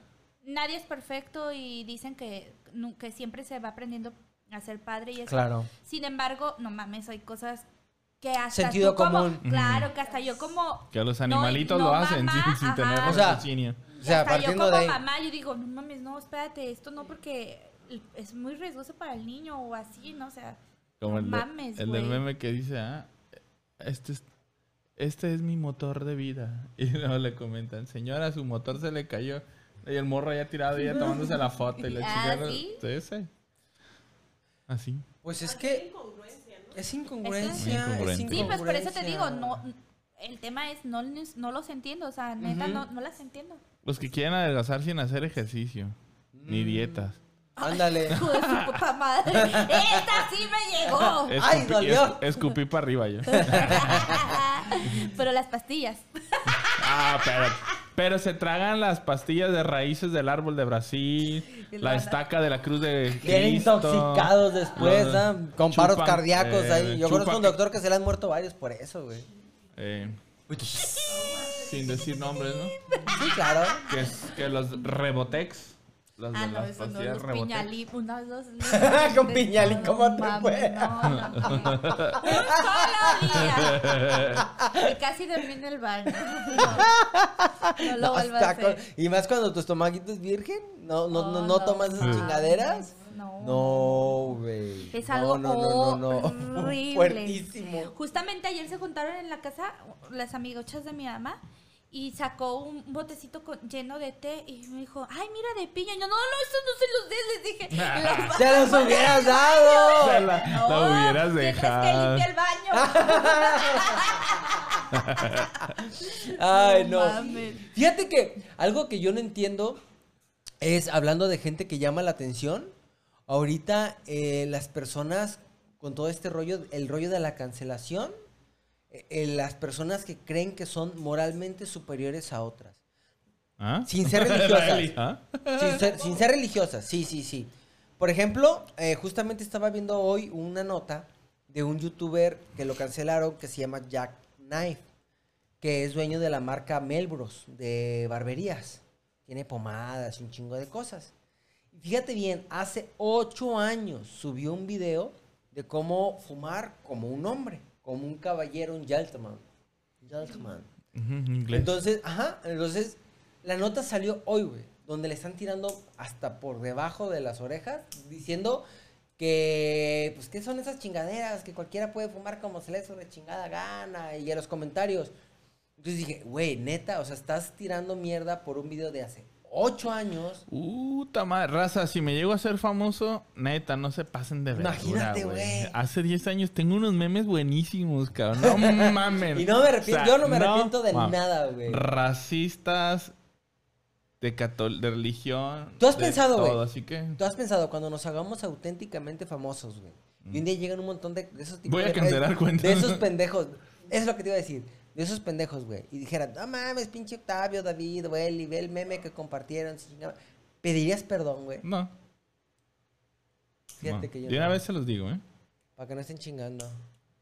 [SPEAKER 3] nadie es perfecto y dicen que, nu- que siempre se va aprendiendo a ser padre y eso.
[SPEAKER 4] Claro.
[SPEAKER 3] Sin embargo, no mames, hay cosas que hasta
[SPEAKER 4] Sentido
[SPEAKER 3] tú como-
[SPEAKER 4] común.
[SPEAKER 3] claro, que hasta yo como
[SPEAKER 5] que los
[SPEAKER 3] no,
[SPEAKER 5] animalitos
[SPEAKER 3] no,
[SPEAKER 5] lo hacen
[SPEAKER 3] mamá,
[SPEAKER 5] sin, sin tener
[SPEAKER 3] ajá.
[SPEAKER 4] O sea,
[SPEAKER 5] raciocinio.
[SPEAKER 4] O sea,
[SPEAKER 3] hasta yo
[SPEAKER 4] partiendo
[SPEAKER 3] como
[SPEAKER 4] de ahí.
[SPEAKER 3] mamá, yo digo, no mames, no, espérate, esto no porque es muy riesgoso para el niño o así, ¿no? O sea,
[SPEAKER 5] Como
[SPEAKER 3] no
[SPEAKER 5] el, de-
[SPEAKER 3] mames,
[SPEAKER 5] el del
[SPEAKER 3] güey.
[SPEAKER 5] meme que dice, ah, este es, este es mi motor de vida. <laughs> Y luego le comentan, señora, su motor se le cayó. Y el morro ya tirado, ella tomándose la foto y la
[SPEAKER 3] <laughs> Ah,
[SPEAKER 5] chingada.
[SPEAKER 3] ¿sí?
[SPEAKER 5] Sí, sí. Así.
[SPEAKER 4] Pues es que es
[SPEAKER 5] Eso es-
[SPEAKER 4] incongruencia. es
[SPEAKER 5] Incongruente.
[SPEAKER 3] Sí, pues por eso te
[SPEAKER 4] incongruencia.
[SPEAKER 3] digo, no, el tema es, no, no los entiendo, o sea, neta, no, no las entiendo. <laughs>
[SPEAKER 5] Los que quieren adelgazar sin hacer ejercicio,
[SPEAKER 3] Mm.
[SPEAKER 5] ni dietas.
[SPEAKER 3] <laughs>
[SPEAKER 4] Ándale.
[SPEAKER 3] Hijo de su puta madre. ¡Esta sí
[SPEAKER 4] <laughs>
[SPEAKER 3] me llegó!
[SPEAKER 4] ¡Ay,
[SPEAKER 5] Escupí-
[SPEAKER 4] dolió!
[SPEAKER 5] es- escupí para
[SPEAKER 4] <laughs>
[SPEAKER 5] arriba yo.
[SPEAKER 3] Pero las pastillas.
[SPEAKER 5] Ah, pero, pero se tragan las pastillas de raíces del árbol de Brasil,
[SPEAKER 3] Y
[SPEAKER 5] la
[SPEAKER 3] la-
[SPEAKER 5] estaca de la cruz de
[SPEAKER 4] Bien
[SPEAKER 5] Cristo.
[SPEAKER 4] intoxicados después,
[SPEAKER 5] Los-
[SPEAKER 4] ¿ah? Con paros
[SPEAKER 5] chupan,
[SPEAKER 4] cardíacos
[SPEAKER 5] eh,
[SPEAKER 4] ahí. Yo conozco
[SPEAKER 5] chupan-
[SPEAKER 4] un doctor que se le han muerto varios por eso, güey.
[SPEAKER 5] eh, sin decir nombres, ¿no?
[SPEAKER 4] Sí, claro.
[SPEAKER 5] Que, es- que los Rebotex. Los de
[SPEAKER 3] Ah, no,
[SPEAKER 5] las
[SPEAKER 3] eso no,
[SPEAKER 5] pastillas
[SPEAKER 3] los
[SPEAKER 5] Rebotex.
[SPEAKER 3] piñalí, unos <laughs> dos.
[SPEAKER 4] Con piñalí, ¿cómo te
[SPEAKER 3] mames,
[SPEAKER 4] fue?
[SPEAKER 3] No, no,
[SPEAKER 4] <laughs>
[SPEAKER 3] no. Un solo día. Y casi dormí en
[SPEAKER 4] <laughs>
[SPEAKER 3] el baño. No, no <laughs> lo
[SPEAKER 4] No,
[SPEAKER 3] vuelvo a
[SPEAKER 4] está con-
[SPEAKER 3] hacer.
[SPEAKER 4] Y más cuando tu estomaguito es virgen. No, no, no,
[SPEAKER 3] Oh,
[SPEAKER 4] no, tomas esas
[SPEAKER 3] mames,
[SPEAKER 4] chingaderas.
[SPEAKER 3] No.
[SPEAKER 4] No, güey.
[SPEAKER 3] Es
[SPEAKER 4] No,
[SPEAKER 3] algo
[SPEAKER 4] no, no, no, no. <laughs>
[SPEAKER 3] horrible.
[SPEAKER 4] Fuertísimo.
[SPEAKER 3] Justamente ayer se juntaron en la casa las amigochas de mi mamá y sacó un botecito con- lleno de té y me dijo, ay, mira de piña. Y yo, no, no, eso no se los des,
[SPEAKER 4] <laughs>
[SPEAKER 3] les dije. "Los vas
[SPEAKER 4] ¡Se
[SPEAKER 3] a
[SPEAKER 4] los
[SPEAKER 3] poner
[SPEAKER 4] hubieras
[SPEAKER 3] en el
[SPEAKER 4] dado!
[SPEAKER 3] baño".
[SPEAKER 5] Se la- la hubieras
[SPEAKER 3] tienes
[SPEAKER 5] dejado.
[SPEAKER 3] que limpiar el
[SPEAKER 4] Ah.
[SPEAKER 3] baño.
[SPEAKER 4] <laughs> Ay,
[SPEAKER 3] No
[SPEAKER 4] no.
[SPEAKER 3] mames.
[SPEAKER 4] Fíjate que algo que yo no entiendo es hablando de gente que llama la atención. Ahorita eh, las personas con todo este rollo, el rollo de la cancelación, eh, eh, las personas que creen que son moralmente superiores a otras.
[SPEAKER 5] ¿Ah?
[SPEAKER 4] Sin
[SPEAKER 5] <laughs>
[SPEAKER 4] ser
[SPEAKER 5] La
[SPEAKER 4] religiosas.
[SPEAKER 5] Eli, ¿ah?
[SPEAKER 4] Sin ser, sin ser religiosas, sí, sí, sí. Por ejemplo, eh, justamente estaba viendo hoy una nota de un youtuber que lo cancelaron que se llama Jack Knife, que es dueño de la marca Melbros de barberías. Tiene pomadas y un chingo de cosas. Y Fíjate bien, hace ocho años subió un video de cómo fumar como un hombre, como un caballero, un gentleman. Gentleman.
[SPEAKER 5] Ujú, en inglés.
[SPEAKER 4] Entonces, ajá, entonces la nota salió hoy, güey, donde le están tirando hasta por debajo de las orejas, diciendo que, pues, ¿qué son esas chingaderas? Que cualquiera puede fumar como se le dé la chingada gana. Y a los comentarios. Entonces dije, güey, neta, o sea, estás tirando mierda por un video de hace ocho años.
[SPEAKER 5] Puta madre, raza, si me llego a ser famoso, neta, no se pasen de verdura,
[SPEAKER 4] Imagínate, güey.
[SPEAKER 5] Hace 10 años tengo unos memes buenísimos, cabrón. No
[SPEAKER 4] <laughs>
[SPEAKER 5] mamen.
[SPEAKER 4] Y no me arrepiento,
[SPEAKER 5] O sea,
[SPEAKER 4] yo no me arrepiento de
[SPEAKER 5] mames.
[SPEAKER 4] nada, güey.
[SPEAKER 5] Racistas, de, catol de religión.
[SPEAKER 4] ¿Tú has
[SPEAKER 5] de
[SPEAKER 4] pensado, güey?
[SPEAKER 5] todo, Así que
[SPEAKER 4] ¿Tú has pensado cuando nos hagamos auténticamente famosos, güey? Y un día llegan un montón de, de esos tipos
[SPEAKER 5] Mm. Voy a
[SPEAKER 4] de redes-
[SPEAKER 5] cancelar cuentas.
[SPEAKER 4] De
[SPEAKER 5] <laughs>
[SPEAKER 4] esos pendejos. Eso es lo que te iba a decir. De esos pendejos, güey. Y dijeran, no mames, pinche Octavio, David, güey, y ve el meme que compartieron. sí, chingada". ¿Pedirías perdón, güey?
[SPEAKER 5] no.
[SPEAKER 4] Fíjate
[SPEAKER 5] no.
[SPEAKER 4] que yo.
[SPEAKER 5] Mm, De una
[SPEAKER 4] no,
[SPEAKER 5] vez se los digo, ¿eh?
[SPEAKER 4] Para que no estén chingando.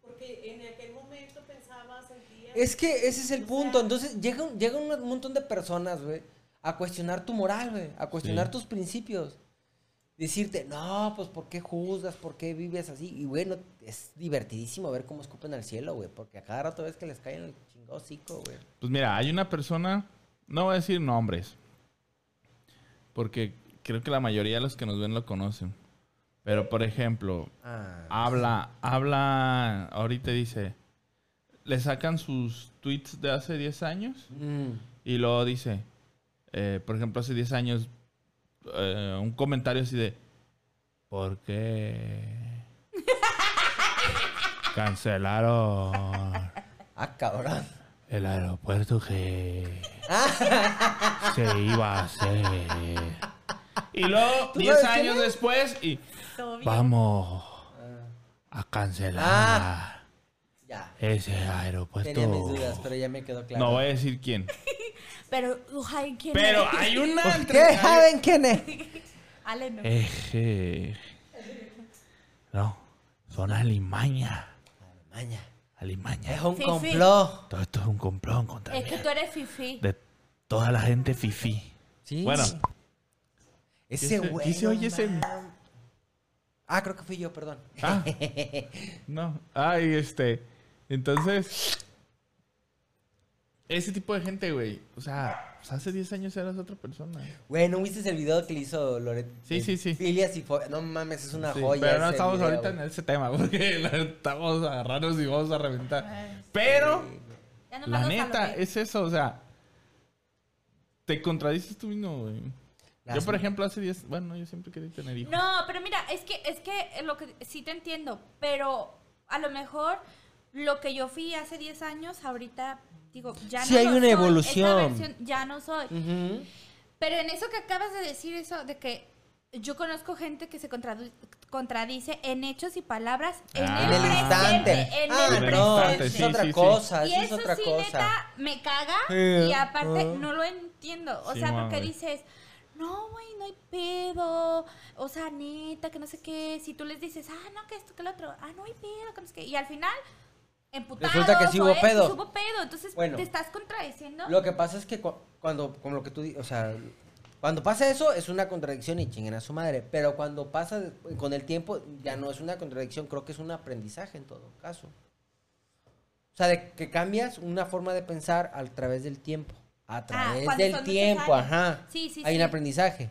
[SPEAKER 6] Porque en aquel momento pensaba, sentía.
[SPEAKER 4] Es que ese es el punto. Entonces llega un, llega un montón de personas, güey, a cuestionar tu moral, güey, a cuestionar
[SPEAKER 5] Sí.
[SPEAKER 4] tus principios. Decirte, no, pues ¿por qué juzgas? ¿Por qué vives así? Y bueno, es divertidísimo ver cómo escupen al cielo, güey, porque a cada rato ves que les caen el chingado hocico, güey.
[SPEAKER 5] Pues mira, hay una persona, no voy a decir nombres, porque creo que la mayoría de los que nos ven lo conocen. Pero, por ejemplo,
[SPEAKER 4] Ah,
[SPEAKER 5] habla, habla, ahorita dice, le sacan sus tweets de hace 10 años
[SPEAKER 4] mm,
[SPEAKER 5] y luego dice, eh, por ejemplo, hace 10 años, eh, un comentario así de, ¿por qué cancelaron
[SPEAKER 4] ah, cabrón.
[SPEAKER 5] el
[SPEAKER 4] <laughs>
[SPEAKER 5] aeropuerto que se iba a hacer? Y luego,
[SPEAKER 4] ¿Tú
[SPEAKER 5] 10
[SPEAKER 4] sabes quién
[SPEAKER 5] años
[SPEAKER 4] es?
[SPEAKER 5] después, y
[SPEAKER 3] Todo bien.
[SPEAKER 5] vamos a cancelar
[SPEAKER 4] Ah. Ya.
[SPEAKER 5] ese aeropuerto.
[SPEAKER 4] Tenía mis dudas, pero ya me quedó claro.
[SPEAKER 5] No voy a decir quién.
[SPEAKER 3] Pero, ay, ¿quién
[SPEAKER 5] Pero
[SPEAKER 3] eres?
[SPEAKER 4] <laughs>
[SPEAKER 5] hay una.
[SPEAKER 4] <laughs> ¿Qué saben quién es?
[SPEAKER 3] Ale,
[SPEAKER 4] Eh,
[SPEAKER 3] no.
[SPEAKER 5] Eje. No, son Alimaña.
[SPEAKER 4] Maña.
[SPEAKER 5] Alimaña.
[SPEAKER 4] Es un
[SPEAKER 3] Sí, sí.
[SPEAKER 4] complot.
[SPEAKER 5] Todo esto es un complón contra
[SPEAKER 3] Es que
[SPEAKER 5] mí.
[SPEAKER 3] tú eres fifi.
[SPEAKER 5] de toda la gente fifi.
[SPEAKER 4] Sí.
[SPEAKER 5] Bueno,
[SPEAKER 4] Ese
[SPEAKER 5] Ese-
[SPEAKER 4] güey.
[SPEAKER 5] ¿quién se
[SPEAKER 4] no
[SPEAKER 5] oye ese?
[SPEAKER 4] mames. Ah, creo que fui yo, perdón. <laughs>
[SPEAKER 5] Ah. no. Ay, este. Entonces. Ese tipo de gente, güey. O sea, pues hace 10 años eras otra persona.
[SPEAKER 4] Güey, ¿no viste el video que le hizo Loret?
[SPEAKER 5] Sí, sí, sí.
[SPEAKER 4] Filias y fo- No mames, es una
[SPEAKER 5] Sí,
[SPEAKER 4] joya.
[SPEAKER 5] Pero no
[SPEAKER 4] ese
[SPEAKER 5] estamos
[SPEAKER 4] video,
[SPEAKER 5] ahorita
[SPEAKER 4] güey.
[SPEAKER 5] en ese tema, <laughs> porque la- estamos agarrados y vamos a
[SPEAKER 3] Ah,
[SPEAKER 5] reventar. Pero,
[SPEAKER 3] Ya nomás
[SPEAKER 5] la
[SPEAKER 3] nos
[SPEAKER 5] neta,
[SPEAKER 3] saludé.
[SPEAKER 5] es eso, o sea, te contradices tú mismo, güey. Yo,
[SPEAKER 4] Las-
[SPEAKER 5] por ejemplo, hace 10, bueno, yo siempre quería tener hijos.
[SPEAKER 3] No, pero mira, es que, es que lo que sí te entiendo, pero a lo mejor lo que yo fui hace 10 años, ahorita digo, ya
[SPEAKER 4] Sí
[SPEAKER 3] no
[SPEAKER 4] hay
[SPEAKER 3] lo
[SPEAKER 4] una
[SPEAKER 3] soy,
[SPEAKER 4] evolución. Mm.
[SPEAKER 3] esta versión ya no soy.
[SPEAKER 4] Ujú.
[SPEAKER 3] Pero en eso que acabas de decir, eso de que yo conozco gente que se contradu- contradice en hechos y palabras
[SPEAKER 5] Ah.
[SPEAKER 3] en el, instante. en
[SPEAKER 4] ah,
[SPEAKER 3] el
[SPEAKER 4] no,
[SPEAKER 3] presente.
[SPEAKER 4] eso es
[SPEAKER 5] Sí,
[SPEAKER 4] otra
[SPEAKER 5] sí, sí.
[SPEAKER 4] cosa.
[SPEAKER 3] Y
[SPEAKER 4] eso es
[SPEAKER 3] eso
[SPEAKER 4] otra
[SPEAKER 3] sí,
[SPEAKER 4] cosa.
[SPEAKER 3] neta, me caga.
[SPEAKER 4] Sí,
[SPEAKER 3] y aparte,
[SPEAKER 4] ah.
[SPEAKER 3] no lo entiendo. O
[SPEAKER 5] Sí,
[SPEAKER 3] sea,
[SPEAKER 5] mamá,
[SPEAKER 3] porque
[SPEAKER 5] güey.
[SPEAKER 3] dices, no, güey, no hay pedo. O sea, neta, que no sé qué. Si tú les dices, ah, no, que esto, que lo otro. Ah, no hay pedo, que no sé qué. Y al final, emputados.
[SPEAKER 4] Resulta que sí
[SPEAKER 3] o
[SPEAKER 4] hubo
[SPEAKER 3] esto,
[SPEAKER 4] pedo.
[SPEAKER 3] sí hubo pedo. Entonces,
[SPEAKER 4] Bueno.
[SPEAKER 3] te estás contradiciendo.
[SPEAKER 4] Lo que pasa es que cu- cuando, con lo que tú di- o sea, cuando pasa eso es una contradicción y chinguen a su madre, pero cuando pasa de- con el tiempo ya no es una contradicción, creo que es un aprendizaje en todo caso. O sea, de que cambias una forma de pensar a través del tiempo, a través
[SPEAKER 3] Ah, cuando
[SPEAKER 4] del
[SPEAKER 3] son muchos
[SPEAKER 4] tiempo,
[SPEAKER 3] años.
[SPEAKER 4] ajá.
[SPEAKER 3] Sí, sí,
[SPEAKER 4] Hay un
[SPEAKER 3] sí.
[SPEAKER 4] aprendizaje,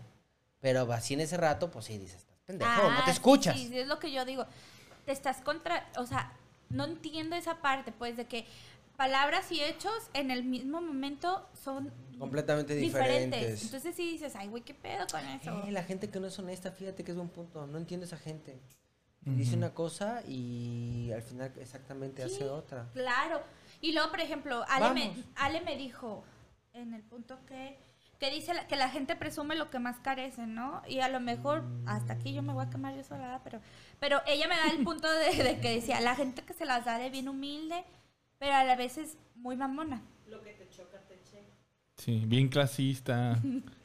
[SPEAKER 4] pero así en ese rato, pues sí, dices, "Estás pendejo,
[SPEAKER 3] Ah,
[SPEAKER 4] no
[SPEAKER 3] sí,
[SPEAKER 4] te escuchas.
[SPEAKER 3] Sí, es lo que yo digo. Te estás contra, o sea, no entiendo esa parte, pues, de que palabras y hechos en el mismo momento son
[SPEAKER 4] Completamente
[SPEAKER 3] diferentes.
[SPEAKER 4] diferentes.
[SPEAKER 3] Entonces sí dices, ay, güey, qué pedo con eso.
[SPEAKER 4] Eh, la gente que no es honesta, fíjate que es buen punto. No entiendo esa gente. Dice una cosa y al final exactamente
[SPEAKER 3] Sí.
[SPEAKER 4] hace otra.
[SPEAKER 3] Claro. Y luego, por ejemplo, Ale me,
[SPEAKER 4] Vamos.
[SPEAKER 3] Ale me dijo en el punto que, que dice la- que la gente presume lo que más carece, ¿no? Y a lo mejor, hasta aquí yo me voy a quemar yo sola, ¿verdad? pero, pero ella me da el punto de, de que decía, la gente que se las da de bien humilde, pero a la vez es muy mamona.
[SPEAKER 5] Sí, bien
[SPEAKER 3] <laughs>
[SPEAKER 5] clasista,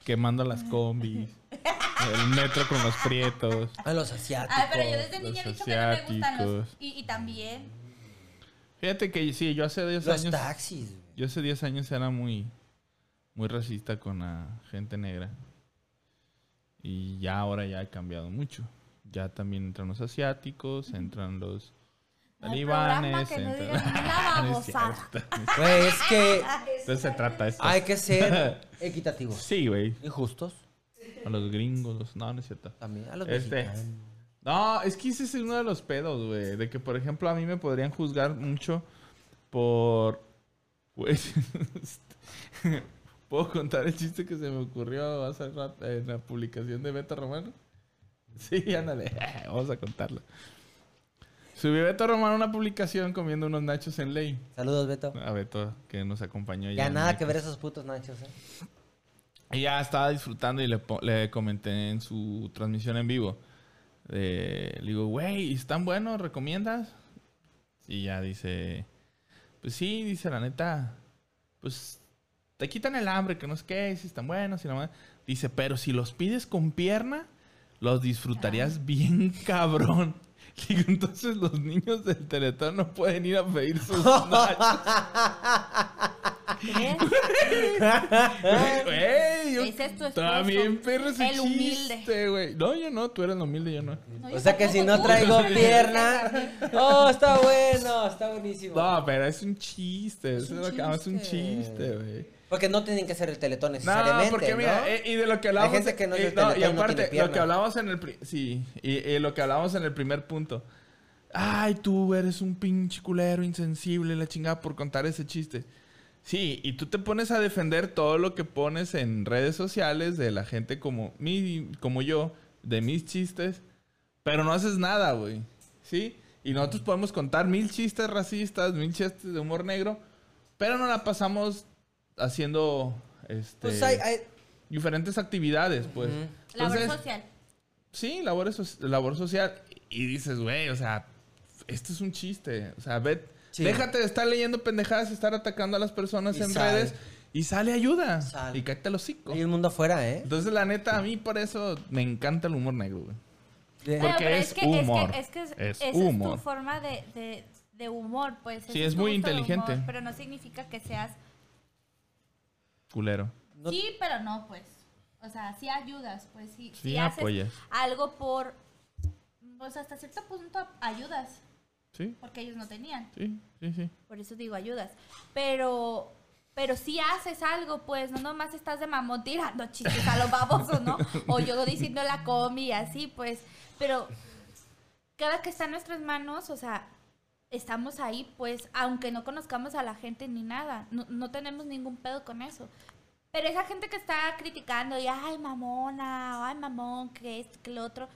[SPEAKER 5] quemando las combis, el metro con los prietos.
[SPEAKER 4] A los asiáticos.
[SPEAKER 3] Ay, Ah, pero yo desde
[SPEAKER 5] los
[SPEAKER 3] niña he dicho que no me gustan los...
[SPEAKER 5] asiáticos.
[SPEAKER 3] Y, y también,
[SPEAKER 5] Fíjate que sí, yo hace 10
[SPEAKER 4] Los
[SPEAKER 5] años,
[SPEAKER 4] taxis. güey.
[SPEAKER 5] yo hace 10 años era muy, muy racista con la gente negra. Y ya ahora ya ha cambiado mucho. Ya también entran los asiáticos, entran los
[SPEAKER 3] No hay
[SPEAKER 5] talibanes,
[SPEAKER 3] programa que
[SPEAKER 5] <laughs>
[SPEAKER 3] no
[SPEAKER 5] entran-
[SPEAKER 3] diga ninguna
[SPEAKER 5] No es
[SPEAKER 3] babosada.
[SPEAKER 5] cierto.
[SPEAKER 4] Güey, es
[SPEAKER 3] <laughs>
[SPEAKER 4] que
[SPEAKER 5] Entonces
[SPEAKER 3] Ah,
[SPEAKER 5] se trata esto.
[SPEAKER 4] hay que
[SPEAKER 5] <laughs>
[SPEAKER 4] ser equitativos.
[SPEAKER 5] Sí, güey.
[SPEAKER 4] Injustos
[SPEAKER 5] A los gringos, los- no, no es cierto.
[SPEAKER 4] también. A los
[SPEAKER 5] Este.
[SPEAKER 4] mexicanos.
[SPEAKER 5] No, es que ese es uno de los pedos, güey. De que, por ejemplo, a mí me podrían juzgar mucho por. Güey. <laughs> este, ¿Puedo contar el chiste que se me ocurrió hace rato en la publicación de Beto Romano? Sí, ándale. <laughs> Vamos a contarlo. Subió Beto Romano una publicación comiendo unos nachos en ley.
[SPEAKER 4] Saludos, Beto.
[SPEAKER 5] A Beto, que nos acompañó.
[SPEAKER 4] Ya
[SPEAKER 5] en
[SPEAKER 4] nada
[SPEAKER 5] el-
[SPEAKER 4] que ver esos putos <laughs> nachos, ¿eh?
[SPEAKER 5] y ya estaba disfrutando y le, po- le comenté en su transmisión en vivo. Eh, le digo, güey, ¿están buenos? ¿Recomiendas? Y ya dice, pues sí, dice la neta, pues te quitan el hambre, que no es que, si están buenos y la madre". Dice, pero si los pides con pierna, los disfrutarías bien <laughs> cabrón. Le digo, entonces los niños del Teletón no pueden ir a pedir sus nachos".
[SPEAKER 3] ¿Crees?
[SPEAKER 5] Güey, yo
[SPEAKER 3] Ese es tu esposo.
[SPEAKER 5] También perro ese
[SPEAKER 3] El humilde.
[SPEAKER 5] chiste, güey. No, yo no, tú eres el humilde, yo no.
[SPEAKER 3] No, yo
[SPEAKER 4] O sea que si no
[SPEAKER 3] tampoco, tú.
[SPEAKER 4] traigo
[SPEAKER 3] <laughs>
[SPEAKER 4] pierna. Oh, está bueno, está buenísimo.
[SPEAKER 5] No, pero es un chiste, es, lo que- ah, es un
[SPEAKER 4] chiste.
[SPEAKER 5] chiste, güey.
[SPEAKER 4] Porque no tienen que ser el teletón necesariamente.
[SPEAKER 5] No,
[SPEAKER 4] No,
[SPEAKER 5] porque mira, eh, y de lo que hablábamos.
[SPEAKER 4] gente que no es
[SPEAKER 5] eh,
[SPEAKER 4] del Teletón,
[SPEAKER 5] y
[SPEAKER 4] no tiene
[SPEAKER 5] aparte, lo
[SPEAKER 4] pierna.
[SPEAKER 5] que hablábamos en el. pri- Sí, y, y lo que hablábamos en el primer punto. Ay, tú eres un pinche culero insensible, la chingada, por contar ese chiste. Sí, y tú te pones a defender todo lo que pones en redes sociales de la gente como, mí, como yo, de mis chistes, pero no haces nada, güey. ¿Sí? Y nosotros podemos contar mil chistes racistas, mil chistes de humor negro, pero no la pasamos haciendo este,
[SPEAKER 4] Pues hay, hay-
[SPEAKER 5] diferentes actividades, pues.
[SPEAKER 4] Ujú.
[SPEAKER 3] Labor
[SPEAKER 5] Entonces,
[SPEAKER 3] social.
[SPEAKER 5] Sí, labor, labor social. Y dices, güey, o sea, esto es un chiste. O sea, ve,
[SPEAKER 4] Sí.
[SPEAKER 5] déjate de estar leyendo pendejadas y estar atacando a las personas
[SPEAKER 4] Y
[SPEAKER 5] en
[SPEAKER 4] sal.
[SPEAKER 5] redes y sale ayuda.
[SPEAKER 4] Sal.
[SPEAKER 5] Y cállate el hocico.
[SPEAKER 4] hay un mundo afuera, ¿eh?
[SPEAKER 5] Entonces, la neta, a mí por eso me encanta el humor negro, güey.
[SPEAKER 4] De-
[SPEAKER 5] Porque
[SPEAKER 3] Bueno, pero
[SPEAKER 5] es
[SPEAKER 3] que- que-
[SPEAKER 5] humor.
[SPEAKER 3] Es que, es,
[SPEAKER 5] Es
[SPEAKER 3] esa
[SPEAKER 5] humor.
[SPEAKER 3] es tu forma de, de- de humor, pues.
[SPEAKER 5] Sí,
[SPEAKER 3] ese
[SPEAKER 5] es
[SPEAKER 3] tu
[SPEAKER 5] muy
[SPEAKER 3] gusto de
[SPEAKER 5] inteligente.
[SPEAKER 3] humor, pero no significa que seas...
[SPEAKER 5] Culero.
[SPEAKER 4] no-
[SPEAKER 3] Sí, pero no, pues. O sea, sí ayudas, pues. Sí,
[SPEAKER 5] Sí
[SPEAKER 3] sí haces
[SPEAKER 5] apoyas.
[SPEAKER 3] algo por... Pues hasta cierto punto ayudas,
[SPEAKER 5] Sí,
[SPEAKER 3] porque ellos no tenían.
[SPEAKER 5] sí, sí, sí.
[SPEAKER 3] Por eso digo ayudas. Pero... Pero sí haces algo, pues, no nomás estás de mamón tirando chistes a los babosos, ¿no? O yo diciendo la comi y así, pues. Pero cada que está en nuestras manos, o sea, estamos ahí, pues, aunque no conozcamos a la gente ni nada, no, no tenemos ningún pedo con eso. Pero esa gente que está criticando y, ay, mamona, o, ay, mamón, que esto, que lo otro,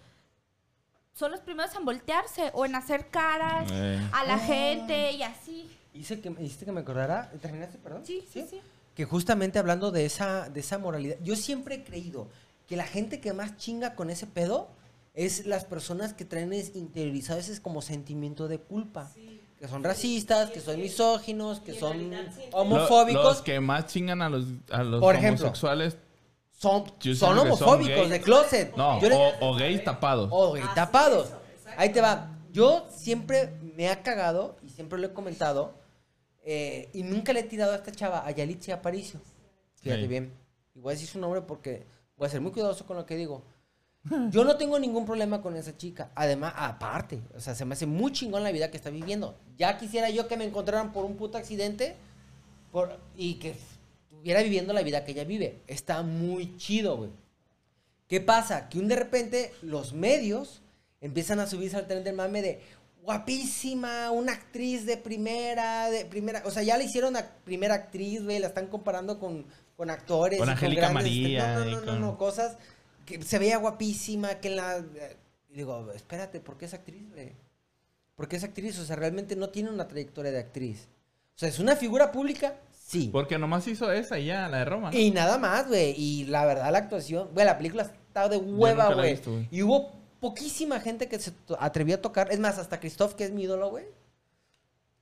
[SPEAKER 3] son los primeros en voltearse o en hacer caras
[SPEAKER 5] Eh.
[SPEAKER 3] a la gente y así.
[SPEAKER 4] Hice que, hiciste que me acordara. ¿eh? ¿Terminaste, perdón?
[SPEAKER 3] Sí, sí, sí.
[SPEAKER 4] Que justamente hablando de esa, de esa moralidad, yo siempre he creído que la gente que más chinga con ese pedo es las personas que traen es- interiorizado ese como sentimiento de culpa. Que son racistas, que son misóginos, que son
[SPEAKER 5] Lo-
[SPEAKER 4] homofóbicos.
[SPEAKER 5] Los que más chingan a los, a los
[SPEAKER 4] Por ejemplo.
[SPEAKER 5] homosexuales.
[SPEAKER 4] Son, son
[SPEAKER 5] Yo siento que son
[SPEAKER 4] homofóbicos
[SPEAKER 5] gays.
[SPEAKER 4] de closet.
[SPEAKER 5] No,
[SPEAKER 4] Yo le-
[SPEAKER 5] o, o gays tapados.
[SPEAKER 4] O Oh, güey, tapados. Ahí te va. Yo siempre me ha cagado y siempre lo he comentado. eh, y nunca le he tirado a esta chava, a Yalitza Aparicio. Fíjate
[SPEAKER 5] Sí.
[SPEAKER 4] bien. Y voy a decir su nombre porque voy a ser muy cuidadoso con lo que digo. Yo no tengo ningún problema con esa chica. Además, aparte, o sea, se me hace muy chingón la vida que está viviendo. Ya quisiera yo que me encontraran por un puto accidente por- y que estuviera viviendo la vida que ella vive. Está muy chido, güey. ¿Qué pasa? Que un de repente los medios empiezan a subirse al tren del mame de guapísima, una actriz de primera, de primera, o sea, ya la hicieron a primera actriz, güey, la están comparando con, con actores,
[SPEAKER 5] Con
[SPEAKER 4] y
[SPEAKER 5] Angélica
[SPEAKER 4] grandes-
[SPEAKER 5] María
[SPEAKER 4] no, no,
[SPEAKER 5] y
[SPEAKER 4] no, no,
[SPEAKER 5] con-
[SPEAKER 4] no, cosas que se veía guapísima, que la y digo, espérate, ¿por qué es actriz, güey? ¿Por qué es actriz? O sea, realmente no tiene una trayectoria de actriz. O sea, es una figura pública, sí.
[SPEAKER 5] Porque nomás hizo esa y ya, la de Roma. ¿no?
[SPEAKER 4] Y nada más, güey. Y la verdad, la actuación, güey, la película está de
[SPEAKER 5] nunca
[SPEAKER 4] hueva,
[SPEAKER 5] la he
[SPEAKER 4] güey.
[SPEAKER 5] visto, güey.
[SPEAKER 4] Y hubo poquísima gente que se to- atrevió a tocar. Es más, hasta Christoph, que es mi ídolo, güey,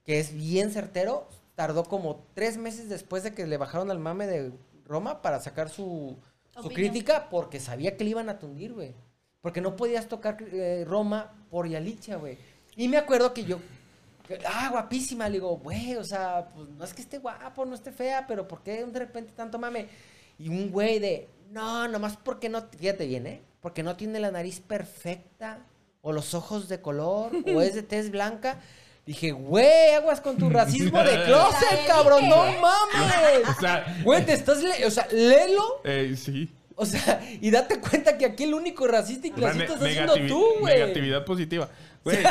[SPEAKER 4] que es bien certero, tardó como tres meses después de que le bajaron al mame de Roma para sacar su, su
[SPEAKER 3] Opinión.
[SPEAKER 4] crítica porque sabía que le iban a tundir, güey. Porque no podías tocar eh, Roma por Yalicha, güey. Y me acuerdo que yo que, Ah, guapísima. Le digo, güey, o sea, pues no es que esté guapo, no esté fea, pero ¿por qué de repente tanto mame? Y un güey de, no, nomás porque no, fíjate bien, ¿eh? Porque no tiene la nariz perfecta, o los ojos de color, o es de tez blanca. Dije, güey, aguas con tu racismo de
[SPEAKER 3] La
[SPEAKER 4] closet,
[SPEAKER 3] dije.
[SPEAKER 4] cabrón, no
[SPEAKER 5] <laughs> O <laughs>
[SPEAKER 4] mames.
[SPEAKER 5] sea,
[SPEAKER 4] Güey, te estás, le- o sea, léelo
[SPEAKER 5] eh, sí.
[SPEAKER 4] O sea, y date cuenta que aquí el único racista y
[SPEAKER 5] Una ne-
[SPEAKER 4] clasista estás siendo
[SPEAKER 5] negativi-
[SPEAKER 4] tú, güey.
[SPEAKER 5] Negatividad positiva. Güey,
[SPEAKER 4] <laughs>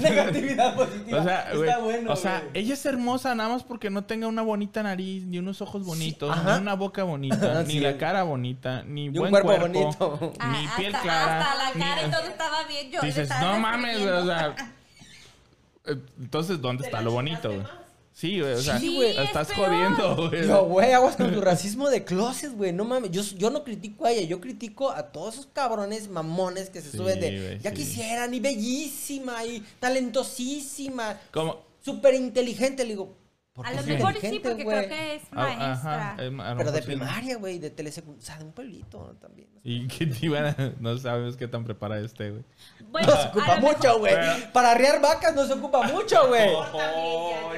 [SPEAKER 4] Negatividad positiva.
[SPEAKER 5] <laughs> O sea,
[SPEAKER 4] Está
[SPEAKER 5] güey,
[SPEAKER 4] bueno,
[SPEAKER 5] o sea,
[SPEAKER 4] güey.
[SPEAKER 5] ella es hermosa nada más porque no tenga una bonita nariz, ni unos ojos bonitos,
[SPEAKER 4] ajá.
[SPEAKER 5] ni una boca
[SPEAKER 4] <laughs>
[SPEAKER 5] bonita,
[SPEAKER 4] Así
[SPEAKER 5] ni la
[SPEAKER 4] es.
[SPEAKER 5] cara bonita, ni
[SPEAKER 4] un
[SPEAKER 5] buen
[SPEAKER 4] cuerpo
[SPEAKER 5] cuerpo,
[SPEAKER 4] bonito.
[SPEAKER 3] Ah,
[SPEAKER 5] ni piel
[SPEAKER 3] hasta,
[SPEAKER 5] clara.
[SPEAKER 3] hasta la cara
[SPEAKER 5] ni-
[SPEAKER 3] y todo estaba bien. Yo
[SPEAKER 5] <laughs>
[SPEAKER 3] le
[SPEAKER 5] dices,
[SPEAKER 3] estaba
[SPEAKER 5] no mames, güey, o
[SPEAKER 3] describiendo.
[SPEAKER 4] <laughs>
[SPEAKER 5] sea, eh, entonces ¿dónde está lo bonito, güey? Sí, güey, o sea,
[SPEAKER 3] Sí, güey.
[SPEAKER 5] la estás
[SPEAKER 3] es peor.
[SPEAKER 5] jodiendo, güey.
[SPEAKER 4] Yo, güey, aguas con tu racismo de closet, güey. No mames. Yo, yo no critico a ella, yo critico a todos esos cabrones mamones que se
[SPEAKER 5] Sí,
[SPEAKER 4] suben de.
[SPEAKER 5] güey,
[SPEAKER 4] ya
[SPEAKER 5] sí.
[SPEAKER 4] quisieran, y bellísima, y talentosísima,
[SPEAKER 5] Como
[SPEAKER 4] súper inteligente. Le digo, ¿por qué
[SPEAKER 3] A lo
[SPEAKER 4] es
[SPEAKER 3] mejor sí,
[SPEAKER 4] inteligente,
[SPEAKER 3] porque
[SPEAKER 4] güey?
[SPEAKER 3] creo que es
[SPEAKER 5] ah,
[SPEAKER 3] maestra.
[SPEAKER 5] ajá, eh, a
[SPEAKER 4] Pero
[SPEAKER 5] lo
[SPEAKER 4] de
[SPEAKER 5] mejor sí, ¿no?
[SPEAKER 4] primaria, güey, de telesecundaria. O sea, de un pueblito también.
[SPEAKER 5] Y que te iban a- no sabes qué tan prepara este, güey.
[SPEAKER 3] Bueno,
[SPEAKER 4] No se
[SPEAKER 3] a lo
[SPEAKER 4] ocupa
[SPEAKER 5] <laughs>
[SPEAKER 3] mejor-
[SPEAKER 4] mucho, güey.
[SPEAKER 5] Bueno.
[SPEAKER 4] Para arriar vacas no se ocupa mucho, güey.
[SPEAKER 5] Oh,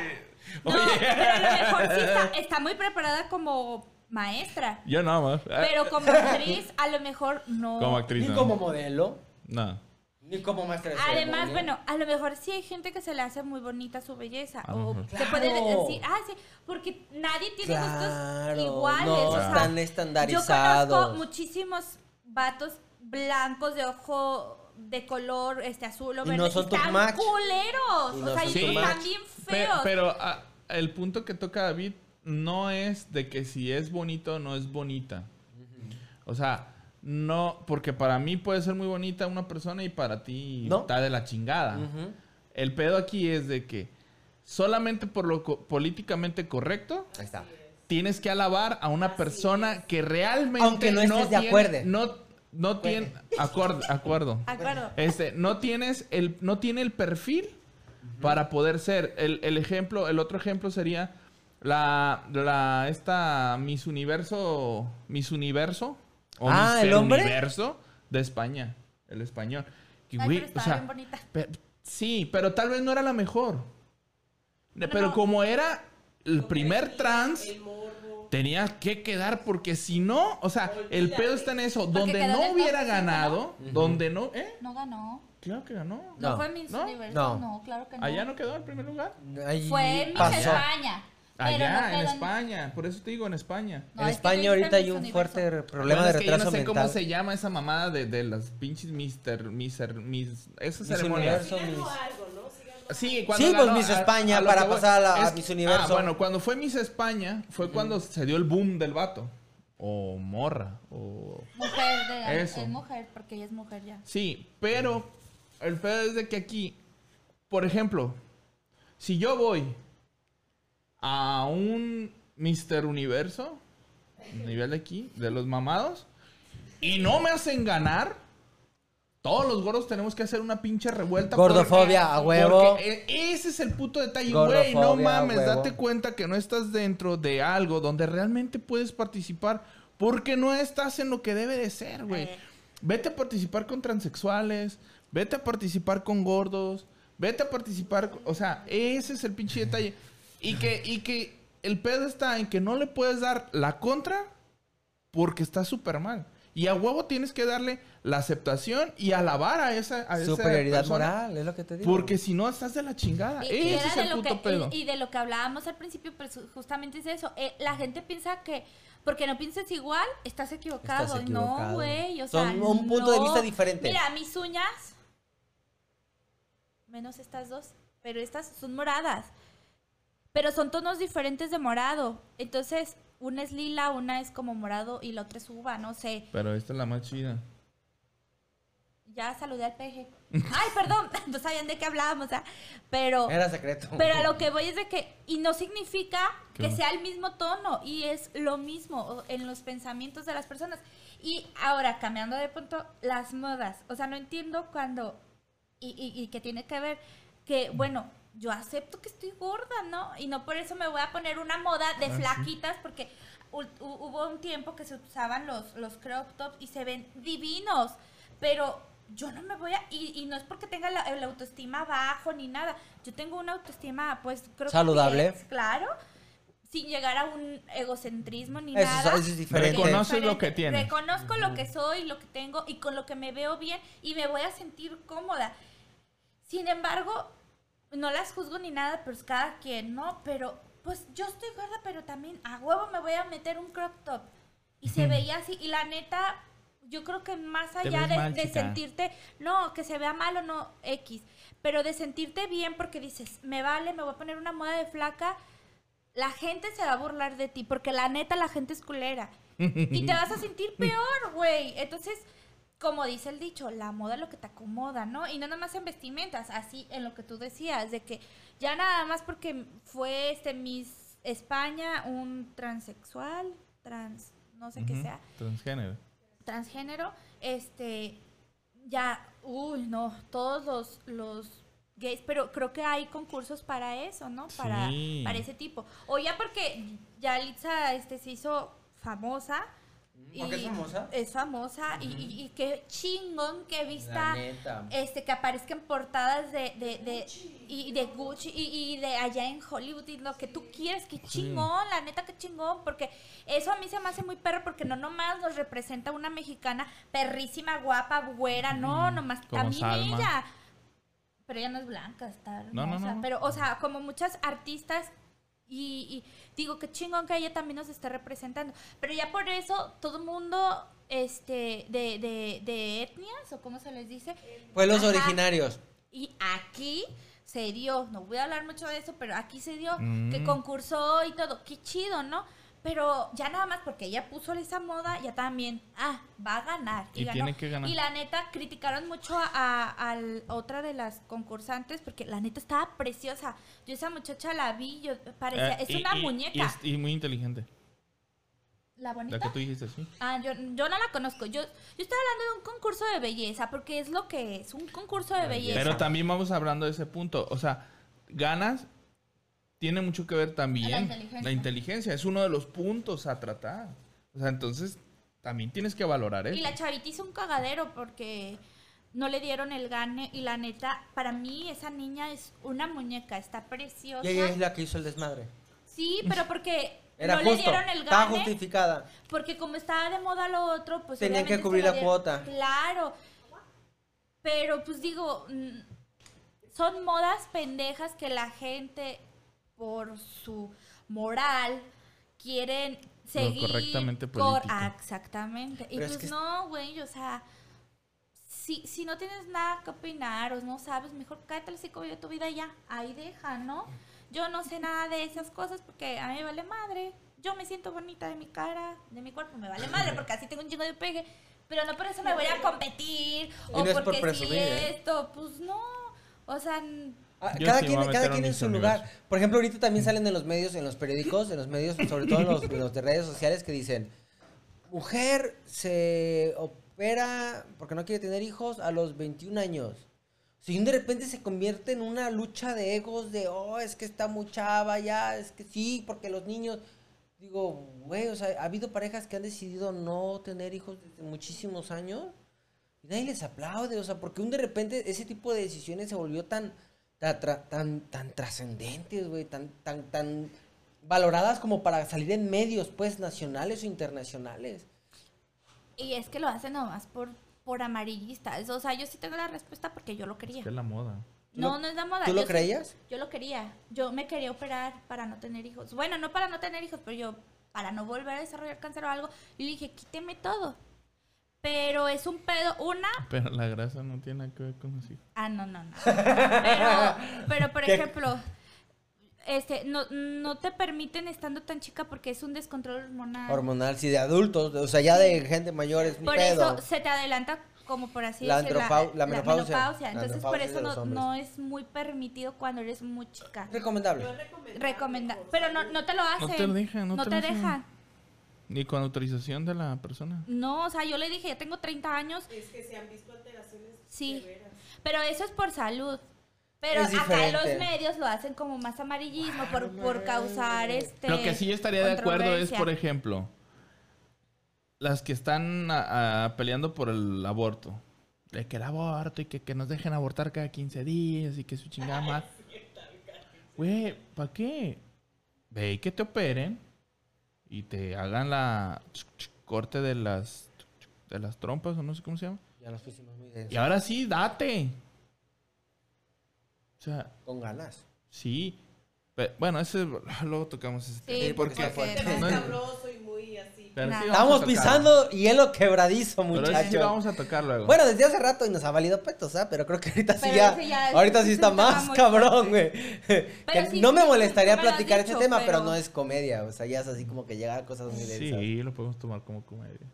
[SPEAKER 3] No, pero a lo mejor sí está, está muy preparada como maestra.
[SPEAKER 5] Yo no, amor. Ah,
[SPEAKER 3] Pero
[SPEAKER 5] <laughs>
[SPEAKER 3] como actriz, a lo mejor no.
[SPEAKER 5] como actriz,
[SPEAKER 4] Ni
[SPEAKER 5] no.
[SPEAKER 4] como modelo,
[SPEAKER 5] No.
[SPEAKER 4] ni como maestra de
[SPEAKER 3] Además,
[SPEAKER 4] ceremonia.
[SPEAKER 3] bueno, a lo mejor sí hay gente que se le hace muy bonita su belleza.
[SPEAKER 5] Ah,
[SPEAKER 3] o
[SPEAKER 5] ujú.
[SPEAKER 3] se puede
[SPEAKER 4] Claro.
[SPEAKER 3] decir, ah, sí, porque nadie tiene
[SPEAKER 4] Claro,
[SPEAKER 3] gustos iguales.
[SPEAKER 4] no,
[SPEAKER 3] o sea,
[SPEAKER 4] están estandarizados.
[SPEAKER 3] Yo conozco muchísimos vatos blancos de ojo de color este azul o
[SPEAKER 4] Y
[SPEAKER 3] verde.
[SPEAKER 4] no son tu
[SPEAKER 3] están
[SPEAKER 4] match.
[SPEAKER 3] culeros.
[SPEAKER 4] Y
[SPEAKER 3] o
[SPEAKER 4] no
[SPEAKER 3] sea,
[SPEAKER 4] son
[SPEAKER 3] y
[SPEAKER 5] tu
[SPEAKER 3] están
[SPEAKER 4] match.
[SPEAKER 3] bien
[SPEAKER 5] Pe-
[SPEAKER 3] feos.
[SPEAKER 5] Pero, ah, el punto que toca David no es de que si es bonito o no es bonita. O sea, no, porque para mí puede ser muy bonita una persona y para ti
[SPEAKER 4] ¿No?
[SPEAKER 5] está de la chingada.
[SPEAKER 4] Ujú.
[SPEAKER 5] El pedo aquí es de que solamente por lo co- políticamente correcto
[SPEAKER 4] Ahí está.
[SPEAKER 5] tienes que alabar a una persona que realmente
[SPEAKER 4] Aunque no estés de
[SPEAKER 5] tiene-
[SPEAKER 4] acuerdo.
[SPEAKER 5] No, no tiene acuerdo, acuerdo.
[SPEAKER 3] Acuerdo.
[SPEAKER 5] Este, no tienes el, no tiene el perfil para poder ser. El, el ejemplo, el otro ejemplo sería la, la esta Miss Universo, Miss Universo o
[SPEAKER 4] Ah,
[SPEAKER 5] Mister
[SPEAKER 4] ¿el hombre?
[SPEAKER 5] Universo de España, el español. Que,
[SPEAKER 3] Ay,
[SPEAKER 5] güey,
[SPEAKER 3] pero
[SPEAKER 5] o
[SPEAKER 3] estaba
[SPEAKER 5] sea,
[SPEAKER 3] bien bonita.
[SPEAKER 5] pe- sí, pero tal vez no era la mejor. De- Pero
[SPEAKER 3] no.
[SPEAKER 5] como era el primer trans,
[SPEAKER 6] El morbo.
[SPEAKER 5] tenía que quedar porque si no, o sea, el pedo está en eso. Donde
[SPEAKER 3] quedó en
[SPEAKER 5] no
[SPEAKER 3] el
[SPEAKER 5] hubiera
[SPEAKER 3] top cinco, ¿no?
[SPEAKER 5] ganado, donde no, ¿eh?
[SPEAKER 3] No ganó.
[SPEAKER 5] Claro que ganó.
[SPEAKER 3] No,
[SPEAKER 4] No,
[SPEAKER 3] fue Miss
[SPEAKER 5] no,
[SPEAKER 3] Universo.
[SPEAKER 4] no.
[SPEAKER 3] No. claro que no.
[SPEAKER 5] Allá no quedó en primer lugar.
[SPEAKER 4] Ahí
[SPEAKER 3] Fue Miss
[SPEAKER 4] pasó.
[SPEAKER 3] España. pero
[SPEAKER 5] Allá,
[SPEAKER 3] no quedó
[SPEAKER 5] en España. Por eso te digo, en España.
[SPEAKER 3] No,
[SPEAKER 4] en
[SPEAKER 3] es que
[SPEAKER 4] España
[SPEAKER 3] yo
[SPEAKER 4] ahorita
[SPEAKER 3] hice
[SPEAKER 4] hay
[SPEAKER 3] Miss
[SPEAKER 4] un
[SPEAKER 3] Universo.
[SPEAKER 4] fuerte problema
[SPEAKER 5] Bueno,
[SPEAKER 4] de
[SPEAKER 5] es que yo
[SPEAKER 4] retraso
[SPEAKER 5] no sé
[SPEAKER 4] mental.
[SPEAKER 5] cómo se llama esa mamada de, de las pinches Mister, Mister, Miss... Esas
[SPEAKER 4] Miss
[SPEAKER 5] ceremonias.
[SPEAKER 4] Universo,
[SPEAKER 6] Ganó
[SPEAKER 4] Miss-
[SPEAKER 6] algo, ¿no? Sí, ganó
[SPEAKER 5] Sí, cuando
[SPEAKER 4] Sí, pues,
[SPEAKER 5] ganó,
[SPEAKER 4] Miss
[SPEAKER 5] a-
[SPEAKER 4] España
[SPEAKER 5] lo
[SPEAKER 4] para
[SPEAKER 5] que voy-
[SPEAKER 4] pasar a- a Miss Universo.
[SPEAKER 5] Ah, bueno, cuando fue Miss España fue cuando se dio el boom del vato. O morra, o...
[SPEAKER 3] Mujer, de,
[SPEAKER 5] Eso.
[SPEAKER 3] es mujer, porque ella es mujer ya.
[SPEAKER 5] Sí, pero el pedo es de que aquí, por ejemplo, si yo voy a un Mister Universo, nivel de aquí, de los mamados, y no me hacen ganar, todos los gordos tenemos que hacer una pinche revuelta.
[SPEAKER 4] Gordofobia, a huevo.
[SPEAKER 5] Porque e- ese es el puto detalle, güey. No
[SPEAKER 4] Gordofobia,
[SPEAKER 5] mames,
[SPEAKER 4] huevo.
[SPEAKER 5] date cuenta que no estás dentro de algo donde realmente puedes participar porque no estás en lo que debe de ser, güey. Vete a participar con transexuales, vete a participar con gordos, vete a participar, co- o sea, ese es el pinche detalle. Y que, y que el pedo está en que no le puedes dar la contra porque está súper mal. Y a huevo tienes que darle la aceptación y alabar a esa, a esa
[SPEAKER 4] Superioridad
[SPEAKER 5] persona.
[SPEAKER 4] moral, es lo que te digo.
[SPEAKER 5] Porque si no, estás de la
[SPEAKER 4] Ah,
[SPEAKER 5] chingada.
[SPEAKER 3] Y, y
[SPEAKER 5] Ese
[SPEAKER 3] era
[SPEAKER 5] es
[SPEAKER 3] de
[SPEAKER 5] el
[SPEAKER 3] lo
[SPEAKER 5] puto
[SPEAKER 3] que,
[SPEAKER 5] pedo.
[SPEAKER 3] y, y de lo que hablábamos al principio, pero su- justamente es eso. eh, la gente piensa que porque no pienses igual, estás equivocado.
[SPEAKER 4] Estás
[SPEAKER 3] Y
[SPEAKER 4] equivocado.
[SPEAKER 3] No, güey. O sea,
[SPEAKER 4] Son un punto de
[SPEAKER 3] no.
[SPEAKER 4] vista diferente.
[SPEAKER 3] Mira, mis uñas, menos estas dos, pero estas son moradas. Pero son tonos diferentes de morado. Entonces, una es lila, una es como morado y la otra es uva, no sé.
[SPEAKER 5] Pero esta es la más
[SPEAKER 3] <laughs>
[SPEAKER 5] chida.
[SPEAKER 3] Ya saludé al peje. Ay, perdón, <laughs> no sabían de qué hablábamos, ah, pero...
[SPEAKER 4] Era secreto.
[SPEAKER 3] Pero a lo que voy es de que, y no significa
[SPEAKER 5] ¿Qué
[SPEAKER 3] que
[SPEAKER 5] más?
[SPEAKER 3] sea el mismo tono, y es lo mismo o- en los pensamientos de las personas. Y ahora, cambiando de punto, las modas. O sea, no entiendo cuando, y, y, y que tiene que ver, que bueno, yo acepto que estoy gorda, ¿no? Y no por eso me voy a poner una moda de flaquitas, porque hu- hu- hubo un tiempo que se usaban los, los crop tops y se ven divinos, pero yo no me voy a, y, y no es porque tenga la, el autoestima bajo ni nada, yo tengo una autoestima, pues creo que
[SPEAKER 4] Saludable.
[SPEAKER 3] bien, claro, sin llegar a un egocentrismo ni
[SPEAKER 4] Eso,
[SPEAKER 3] nada.
[SPEAKER 4] eso es diferente.
[SPEAKER 5] Reconoce- Reconoces lo que tienes.
[SPEAKER 3] Reconozco lo que soy, lo que tengo y con lo que me veo bien y me voy a sentir cómoda. Sin embargo, no las juzgo ni nada, pero es cada pues, quien, ¿no? Pero, pues yo estoy gorda, pero también a huevo me voy a meter un crop top. Y se veía así. Y la neta, yo creo que más allá
[SPEAKER 5] ves
[SPEAKER 3] de,
[SPEAKER 5] mal,
[SPEAKER 3] de
[SPEAKER 5] chica.
[SPEAKER 3] sentirte, no, que se vea mal o no, X, pero de sentirte bien porque dices, me vale, me voy a poner una moda de flaca, la gente se va a burlar de ti porque la neta la gente es culera. Y te vas
[SPEAKER 5] <laughs>
[SPEAKER 3] a sentir peor, güey. Entonces, como dice el dicho, la moda es lo que te acomoda, ¿no? Y no nomás en vestimentas, así en lo que tú decías, de que ya nada más porque fue este Miss España, un transexual, trans, no sé qué
[SPEAKER 5] Ujú,
[SPEAKER 3] sea,
[SPEAKER 5] Transgénero.
[SPEAKER 3] transgénero, este, ya, uy, no, todos los, los gays, pero creo que hay concursos para eso, ¿no? Para,
[SPEAKER 5] Sí.
[SPEAKER 3] para ese tipo. O ya porque ya Litza este, se hizo famosa.
[SPEAKER 4] ¿Por qué es famosa?
[SPEAKER 3] Es famosa y, y- y qué chingón
[SPEAKER 4] La
[SPEAKER 3] que vista
[SPEAKER 4] neta.
[SPEAKER 3] este, que aparezcan portadas de, de, de- y de Gucci y, y de allá en Hollywood y lo que tú quieres, que chingón, la neta que chingón, porque eso a mí se me hace muy perro porque no nomás nos representa una mexicana perrísima, guapa, güera, no,
[SPEAKER 5] Mm,
[SPEAKER 3] nomás
[SPEAKER 5] como
[SPEAKER 3] también
[SPEAKER 5] Salma.
[SPEAKER 3] ella. Pero ella no es blanca, está hermosa.
[SPEAKER 5] No, no, no, no.
[SPEAKER 3] Pero, o sea, como muchas artistas y, y digo que chingón que ella también nos está representando. Pero ya por eso todo el mundo este de, de, de etnias o como se les dice,
[SPEAKER 4] Pueblos
[SPEAKER 3] Ajá.
[SPEAKER 4] originarios.
[SPEAKER 3] y aquí se dio, no voy a hablar mucho de eso, pero aquí se dio,
[SPEAKER 5] Mm.
[SPEAKER 3] que concursó y todo, qué chido, ¿no? Pero ya nada más porque ella puso esa moda, ya también, ah, va a ganar.
[SPEAKER 5] Y tiene que ganar.
[SPEAKER 3] Y la neta, criticaron mucho a, a- al- otra de las concursantes porque la neta estaba preciosa. Yo esa muchacha la vi, yo parecía,
[SPEAKER 5] Eh,
[SPEAKER 3] es
[SPEAKER 5] y-
[SPEAKER 3] una
[SPEAKER 5] y- y
[SPEAKER 3] muñeca.
[SPEAKER 5] es- Y, muy inteligente.
[SPEAKER 3] la bonita.
[SPEAKER 5] La que tú dijiste, sí.
[SPEAKER 3] Ah, yo, yo no la conozco. Yo, yo estoy hablando de un concurso de belleza, porque es lo que es, un concurso de belleza.
[SPEAKER 5] Pero también vamos hablando de ese punto. O sea, ganas tiene mucho que ver también.
[SPEAKER 3] La inteligencia.
[SPEAKER 5] La inteligencia es uno de los puntos a tratar. O sea, entonces también tienes que valorar
[SPEAKER 4] ¿Eh?
[SPEAKER 5] eso.
[SPEAKER 3] Y la chavita hizo un cagadero porque no le dieron el gane. Y la neta, para mí esa niña es una muñeca, está preciosa.
[SPEAKER 4] Y ella es la que hizo el desmadre.
[SPEAKER 3] Sí, pero porque
[SPEAKER 4] Era
[SPEAKER 3] no le
[SPEAKER 4] justo.
[SPEAKER 3] dieron el
[SPEAKER 4] Estaba
[SPEAKER 3] gane.
[SPEAKER 4] justificada.
[SPEAKER 3] Porque como estaba de moda lo otro, pues...
[SPEAKER 4] Tenían que
[SPEAKER 3] obviamente se
[SPEAKER 4] cubrir
[SPEAKER 3] lo
[SPEAKER 4] la
[SPEAKER 3] dieron.
[SPEAKER 4] cuota.
[SPEAKER 3] Claro. Pero pues digo, mm, son modas pendejas que la gente, por su moral, quieren seguir...
[SPEAKER 5] correctamente
[SPEAKER 3] cor-
[SPEAKER 5] político.
[SPEAKER 3] Ah, exactamente. Y
[SPEAKER 4] Pero es
[SPEAKER 3] pues
[SPEAKER 4] que es-
[SPEAKER 3] no, güey, o sea... Si, si no tienes nada que opinar o no sabes, mejor cállate el hocico, vive tu vida y ya. Ahí deja, ¿no? Yo no sé nada de esas cosas porque a mí me vale madre. Yo me siento bonita de mi cara, de mi cuerpo, me vale madre porque así tengo un chingo de pegue. Pero no por eso me voy a competir
[SPEAKER 4] Y
[SPEAKER 3] o
[SPEAKER 4] no es por
[SPEAKER 3] porque
[SPEAKER 4] presumir,
[SPEAKER 3] sí
[SPEAKER 4] ¿eh?
[SPEAKER 3] esto. Pues no. O sea, n-
[SPEAKER 4] Ah,
[SPEAKER 5] Yo
[SPEAKER 4] cada
[SPEAKER 5] sí me
[SPEAKER 4] quien,
[SPEAKER 5] voy a
[SPEAKER 4] cada
[SPEAKER 5] meter a
[SPEAKER 4] quien en
[SPEAKER 5] Miss
[SPEAKER 4] su
[SPEAKER 5] Universo.
[SPEAKER 4] lugar. Por ejemplo, ahorita también salen en los medios, en los periódicos, en los medios, sobre todo en los, en los de redes sociales, que dicen, mujer se opera porque no quiere tener hijos a los 21 años. Si de repente se convierte en una lucha de egos de, oh, es que está muy chava ya, es que sí, porque los niños... Digo, güey, o sea, ha habido parejas que han decidido no tener hijos desde muchísimos años y nadie les aplaude, o sea, porque un de repente ese tipo de decisiones se volvió tan ta- tra- tan tan trascendentes, güey, tan tan tan valoradas como para salir en medios pues nacionales o internacionales.
[SPEAKER 3] y es que lo hacen nomás por, por amarillistas. O sea, yo sí tengo la respuesta porque yo lo quería.
[SPEAKER 5] Que es la moda.
[SPEAKER 4] ¿Tú
[SPEAKER 3] No,
[SPEAKER 4] lo-
[SPEAKER 3] no es la moda.
[SPEAKER 4] ¿Tú
[SPEAKER 3] yo
[SPEAKER 4] lo
[SPEAKER 3] sí-
[SPEAKER 4] creías?
[SPEAKER 3] Yo lo quería. Yo me quería operar para no tener hijos. Bueno, no para no tener hijos, pero yo para no volver a desarrollar cáncer o algo. Y le dije, quíteme todo. Pero es un pedo. Una.
[SPEAKER 5] Pero la grasa no tiene nada que ver con los hijos.
[SPEAKER 3] Ah, no,
[SPEAKER 4] <laughs>
[SPEAKER 3] no, no. Pero, pero por
[SPEAKER 4] ¿Qué?
[SPEAKER 3] ejemplo, este, no, no te permiten estando tan chica porque es un descontrol hormonal.
[SPEAKER 4] Hormonal, sí, de adultos, o sea, ya de gente mayor es un
[SPEAKER 3] por
[SPEAKER 4] pedo.
[SPEAKER 3] eso se te adelanta como por así
[SPEAKER 4] La
[SPEAKER 3] decirlo,
[SPEAKER 4] andropau- la menopausia.
[SPEAKER 3] menopausia. Entonces
[SPEAKER 4] La
[SPEAKER 3] por
[SPEAKER 4] andropausia
[SPEAKER 3] eso
[SPEAKER 4] de los
[SPEAKER 3] no,
[SPEAKER 4] hombres.
[SPEAKER 3] no es muy permitido cuando eres muy chica.
[SPEAKER 4] Recomendable.
[SPEAKER 3] Recomendar. Pero no, no te lo hacen.
[SPEAKER 5] te lo dejan, no
[SPEAKER 3] No
[SPEAKER 5] te
[SPEAKER 3] te,
[SPEAKER 5] lo hacen.
[SPEAKER 3] dejan.
[SPEAKER 5] Ni con autorización de la persona.
[SPEAKER 3] No, o sea, yo le dije, ya tengo 30 años,
[SPEAKER 6] Es que se han visto alteraciones
[SPEAKER 3] Sí.
[SPEAKER 6] severas.
[SPEAKER 3] pero eso es por salud. Pero
[SPEAKER 4] Es
[SPEAKER 3] acá en los
[SPEAKER 4] diferente.
[SPEAKER 3] medios lo hacen como más amarillismo por, por causar este.
[SPEAKER 5] Lo que sí yo estaría de acuerdo es,
[SPEAKER 3] controversia.
[SPEAKER 5] por ejemplo, las que están a- a- peleando por el aborto. De que el aborto y que, que nos dejen abortar cada 15 días y que su chingada más. Güey, ¿para qué? Ve y que te operen y te hagan la corte de las de las trompas o no sé cómo se llama.
[SPEAKER 4] Ya nos pusimos muy
[SPEAKER 5] Y
[SPEAKER 4] densos,
[SPEAKER 5] ahora sí, date. O sea,
[SPEAKER 4] con ganas.
[SPEAKER 5] sí. Pe- bueno, ese <laughs> luego tocamos ese
[SPEAKER 3] Sí,
[SPEAKER 5] tema.
[SPEAKER 3] porque-
[SPEAKER 6] Porque el tema es
[SPEAKER 5] no es-
[SPEAKER 6] cabroso y muy así.
[SPEAKER 5] Pero sí
[SPEAKER 3] Nah.
[SPEAKER 5] vamos a
[SPEAKER 4] Estamos
[SPEAKER 5] tocar.
[SPEAKER 4] pisando hielo quebradizo,
[SPEAKER 5] Pero ese sí lo
[SPEAKER 4] muchachos.
[SPEAKER 5] vamos a tocar luego.
[SPEAKER 4] Bueno, desde hace rato y nos ha valido petos, ¿ah? Pero creo que ahorita sí
[SPEAKER 3] Pero
[SPEAKER 4] ya.
[SPEAKER 3] ese ya-
[SPEAKER 4] ahorita
[SPEAKER 3] ese
[SPEAKER 4] sí
[SPEAKER 3] es
[SPEAKER 4] está
[SPEAKER 3] un tema
[SPEAKER 4] más
[SPEAKER 3] muy
[SPEAKER 4] cabrón, güey. Que
[SPEAKER 3] sí,
[SPEAKER 4] no me
[SPEAKER 3] sí,
[SPEAKER 4] molestaría
[SPEAKER 3] sí me lo has
[SPEAKER 4] platicar este
[SPEAKER 3] dicho,
[SPEAKER 4] tema, pero...
[SPEAKER 3] pero-
[SPEAKER 4] no es comedia. O sea, ya es así como que llega a cosas muy densas.
[SPEAKER 5] sí, lo podemos tomar como comedia.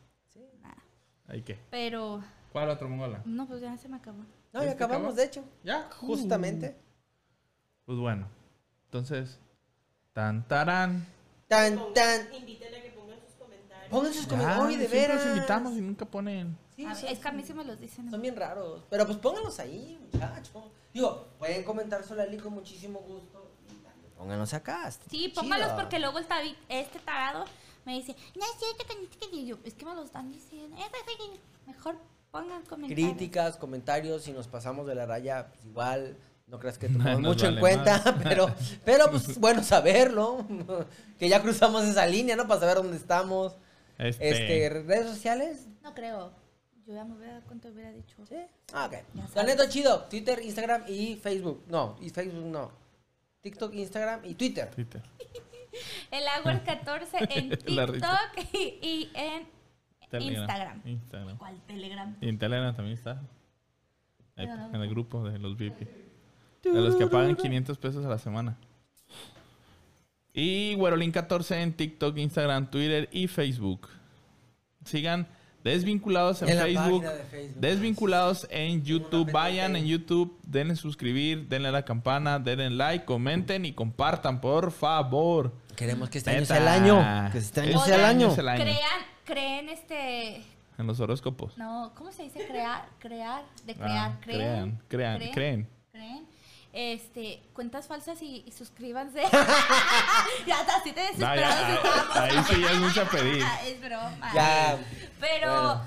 [SPEAKER 5] ¿Ahí qué?
[SPEAKER 3] Pero,
[SPEAKER 5] ¿Cuál otro mongola?
[SPEAKER 3] no, pues ya se me acabó.
[SPEAKER 4] No, ya
[SPEAKER 5] ¿Este
[SPEAKER 4] acabamos,
[SPEAKER 5] cabrón?
[SPEAKER 4] de hecho.
[SPEAKER 5] ¿Ya?
[SPEAKER 4] Justamente.
[SPEAKER 5] Pues bueno. Entonces. Tan tarán.
[SPEAKER 4] Tan, tan.
[SPEAKER 6] Invítale a que pongan sus comentarios.
[SPEAKER 4] Pongan sus
[SPEAKER 5] Ya,
[SPEAKER 4] comentarios. Oye, de
[SPEAKER 5] siempre
[SPEAKER 4] veras.
[SPEAKER 5] los invitamos y nunca ponen.
[SPEAKER 4] Sí,
[SPEAKER 3] A ver,
[SPEAKER 4] son-
[SPEAKER 3] es que a mí sí me los dicen.
[SPEAKER 4] Son bien raros. Pero pues pónganlos ahí, muchachos. Digo, pueden comentar solo a Eli con muchísimo gusto. Pónganlos acá. está
[SPEAKER 3] Sí,
[SPEAKER 4] chido.
[SPEAKER 3] póngalos porque luego el tabi- este tarado me dice, no es cierto que ni siquiera-". Y yo, es que me lo están diciendo. "Es así". Mejor pongan comentarios.
[SPEAKER 4] Críticas, comentarios, si nos pasamos de la raya, pues igual. No
[SPEAKER 5] <laughs>
[SPEAKER 4] creas que tomamos
[SPEAKER 5] nos
[SPEAKER 4] mucho en
[SPEAKER 5] vale
[SPEAKER 4] cuenta, <laughs> pero, pero
[SPEAKER 5] <laughs>
[SPEAKER 4] pues bueno saberlo. que ya cruzamos esa línea, ¿no? Para saber dónde estamos.
[SPEAKER 5] Este.
[SPEAKER 4] Este, redes sociales.
[SPEAKER 3] No creo. Yo ya me hubiera, ¿cuánto hubiera dicho?
[SPEAKER 4] Sí. Ah, ok.
[SPEAKER 3] Ya
[SPEAKER 4] La
[SPEAKER 3] sabes.
[SPEAKER 4] neta chido. Twitter, Instagram y Facebook. No, y Facebook no. TikTok, Instagram y Twitter.
[SPEAKER 5] Twitter.
[SPEAKER 3] El
[SPEAKER 5] <laughs>
[SPEAKER 3] Hour 14 en
[SPEAKER 5] La risa.
[SPEAKER 3] TikTok y, y en
[SPEAKER 5] Telegram.
[SPEAKER 3] Instagram.
[SPEAKER 5] Instagram.
[SPEAKER 3] ¿Cuál Telegram?
[SPEAKER 5] Y en Telegram también está. Ahí,
[SPEAKER 3] Pero no
[SPEAKER 5] en el grupo de los VIP. De los que pagan 500 pesos a la semana. Y Güerolín14 en TikTok, Instagram, Twitter y Facebook. Sigan desvinculados en,
[SPEAKER 4] En la
[SPEAKER 5] Facebook,
[SPEAKER 4] página de Facebook.
[SPEAKER 5] Desvinculados en YouTube.
[SPEAKER 4] pestaña
[SPEAKER 5] Vayan en YouTube, denle suscribir, denle a la campana, denle like, comenten y compartan, por favor.
[SPEAKER 4] Queremos que este
[SPEAKER 5] Neta.
[SPEAKER 4] año sea el año. Que este año
[SPEAKER 5] Este
[SPEAKER 4] sea el año.
[SPEAKER 5] es el año.
[SPEAKER 3] Crean, creen este...
[SPEAKER 5] En los horóscopos.
[SPEAKER 3] No, ¿cómo se dice? Crear, crear, de crear,
[SPEAKER 5] Ah,
[SPEAKER 3] creen,
[SPEAKER 5] crean, crean, creen.
[SPEAKER 3] creen. Este, cuentas falsas y, y
[SPEAKER 5] <laughs>
[SPEAKER 3] suscríbanse. ya está, así te
[SPEAKER 5] No,
[SPEAKER 3] desesperados
[SPEAKER 5] ya, ah, <laughs>
[SPEAKER 3] estamos.
[SPEAKER 5] ahí sí ya es mucho pedir.
[SPEAKER 3] Ah, es broma.
[SPEAKER 4] Ya.
[SPEAKER 3] Pero,
[SPEAKER 4] Bueno.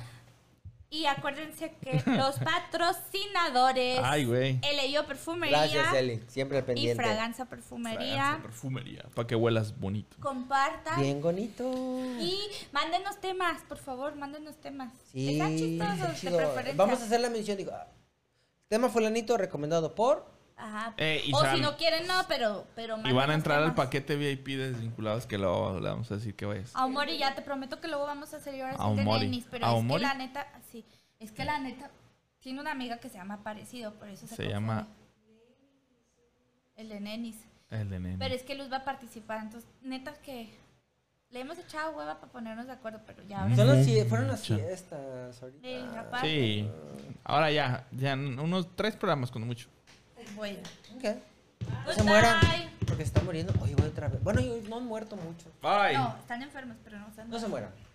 [SPEAKER 3] y acuérdense
[SPEAKER 5] <laughs>
[SPEAKER 3] que los patrocinadores.
[SPEAKER 5] Ay, güey.
[SPEAKER 3] Eleyo Perfumería
[SPEAKER 4] Gracias, Eli. Siempre al
[SPEAKER 3] y
[SPEAKER 4] pendiente.
[SPEAKER 3] Fraganza Perfumería.
[SPEAKER 5] Fragancia, perfumería. Para que huelas bonito.
[SPEAKER 3] Compartan
[SPEAKER 4] Bien bonito.
[SPEAKER 3] y mándenos temas, por favor, mándenos temas.
[SPEAKER 4] Sí.
[SPEAKER 3] Están
[SPEAKER 4] está
[SPEAKER 3] chistosos de
[SPEAKER 4] chido.
[SPEAKER 3] preferencia.
[SPEAKER 4] Vamos a hacer la mención. Digo, ah, tema fulanito recomendado por.
[SPEAKER 3] Ajá.
[SPEAKER 5] Eh, y
[SPEAKER 3] o
[SPEAKER 5] sal-
[SPEAKER 3] si no quieren, no, pero, pero
[SPEAKER 5] Y van a
[SPEAKER 3] mándenos
[SPEAKER 5] entrar al
[SPEAKER 3] temas.
[SPEAKER 5] paquete VIP de desvinculados que luego le vamos a decir que vayas.
[SPEAKER 3] A Omori ya te prometo que luego vamos a hacer horas
[SPEAKER 5] A
[SPEAKER 3] de
[SPEAKER 5] Omori.
[SPEAKER 3] nenis, pero
[SPEAKER 5] ¿A
[SPEAKER 3] es
[SPEAKER 5] Omori?
[SPEAKER 3] que la neta, sí, es que la neta tiene una amiga que se llama parecido, por eso
[SPEAKER 5] Se
[SPEAKER 3] se, confunde.
[SPEAKER 5] llama
[SPEAKER 3] el de nenis.
[SPEAKER 5] el de nene.
[SPEAKER 3] Pero es que Luz va a participar, entonces neta que le hemos echado hueva para ponernos de acuerdo, pero ya ahora
[SPEAKER 4] Son las
[SPEAKER 5] Ujú.
[SPEAKER 4] fie- fueron las
[SPEAKER 5] Mucho.
[SPEAKER 4] fiestas ahorita.
[SPEAKER 3] sí, rapaz,
[SPEAKER 5] Mm. Sí. Ahora ya, ya n- unos tres programas cuando mucho.
[SPEAKER 3] pues, bueno.
[SPEAKER 4] Ok. No
[SPEAKER 3] Pues Bye.
[SPEAKER 4] se mueran. Porque se están muriendo. Oye, voy otra vez. Bueno, yo- no han muerto mucho.
[SPEAKER 5] Bye.
[SPEAKER 3] No, están enfermos, pero no están.
[SPEAKER 4] No se mueran.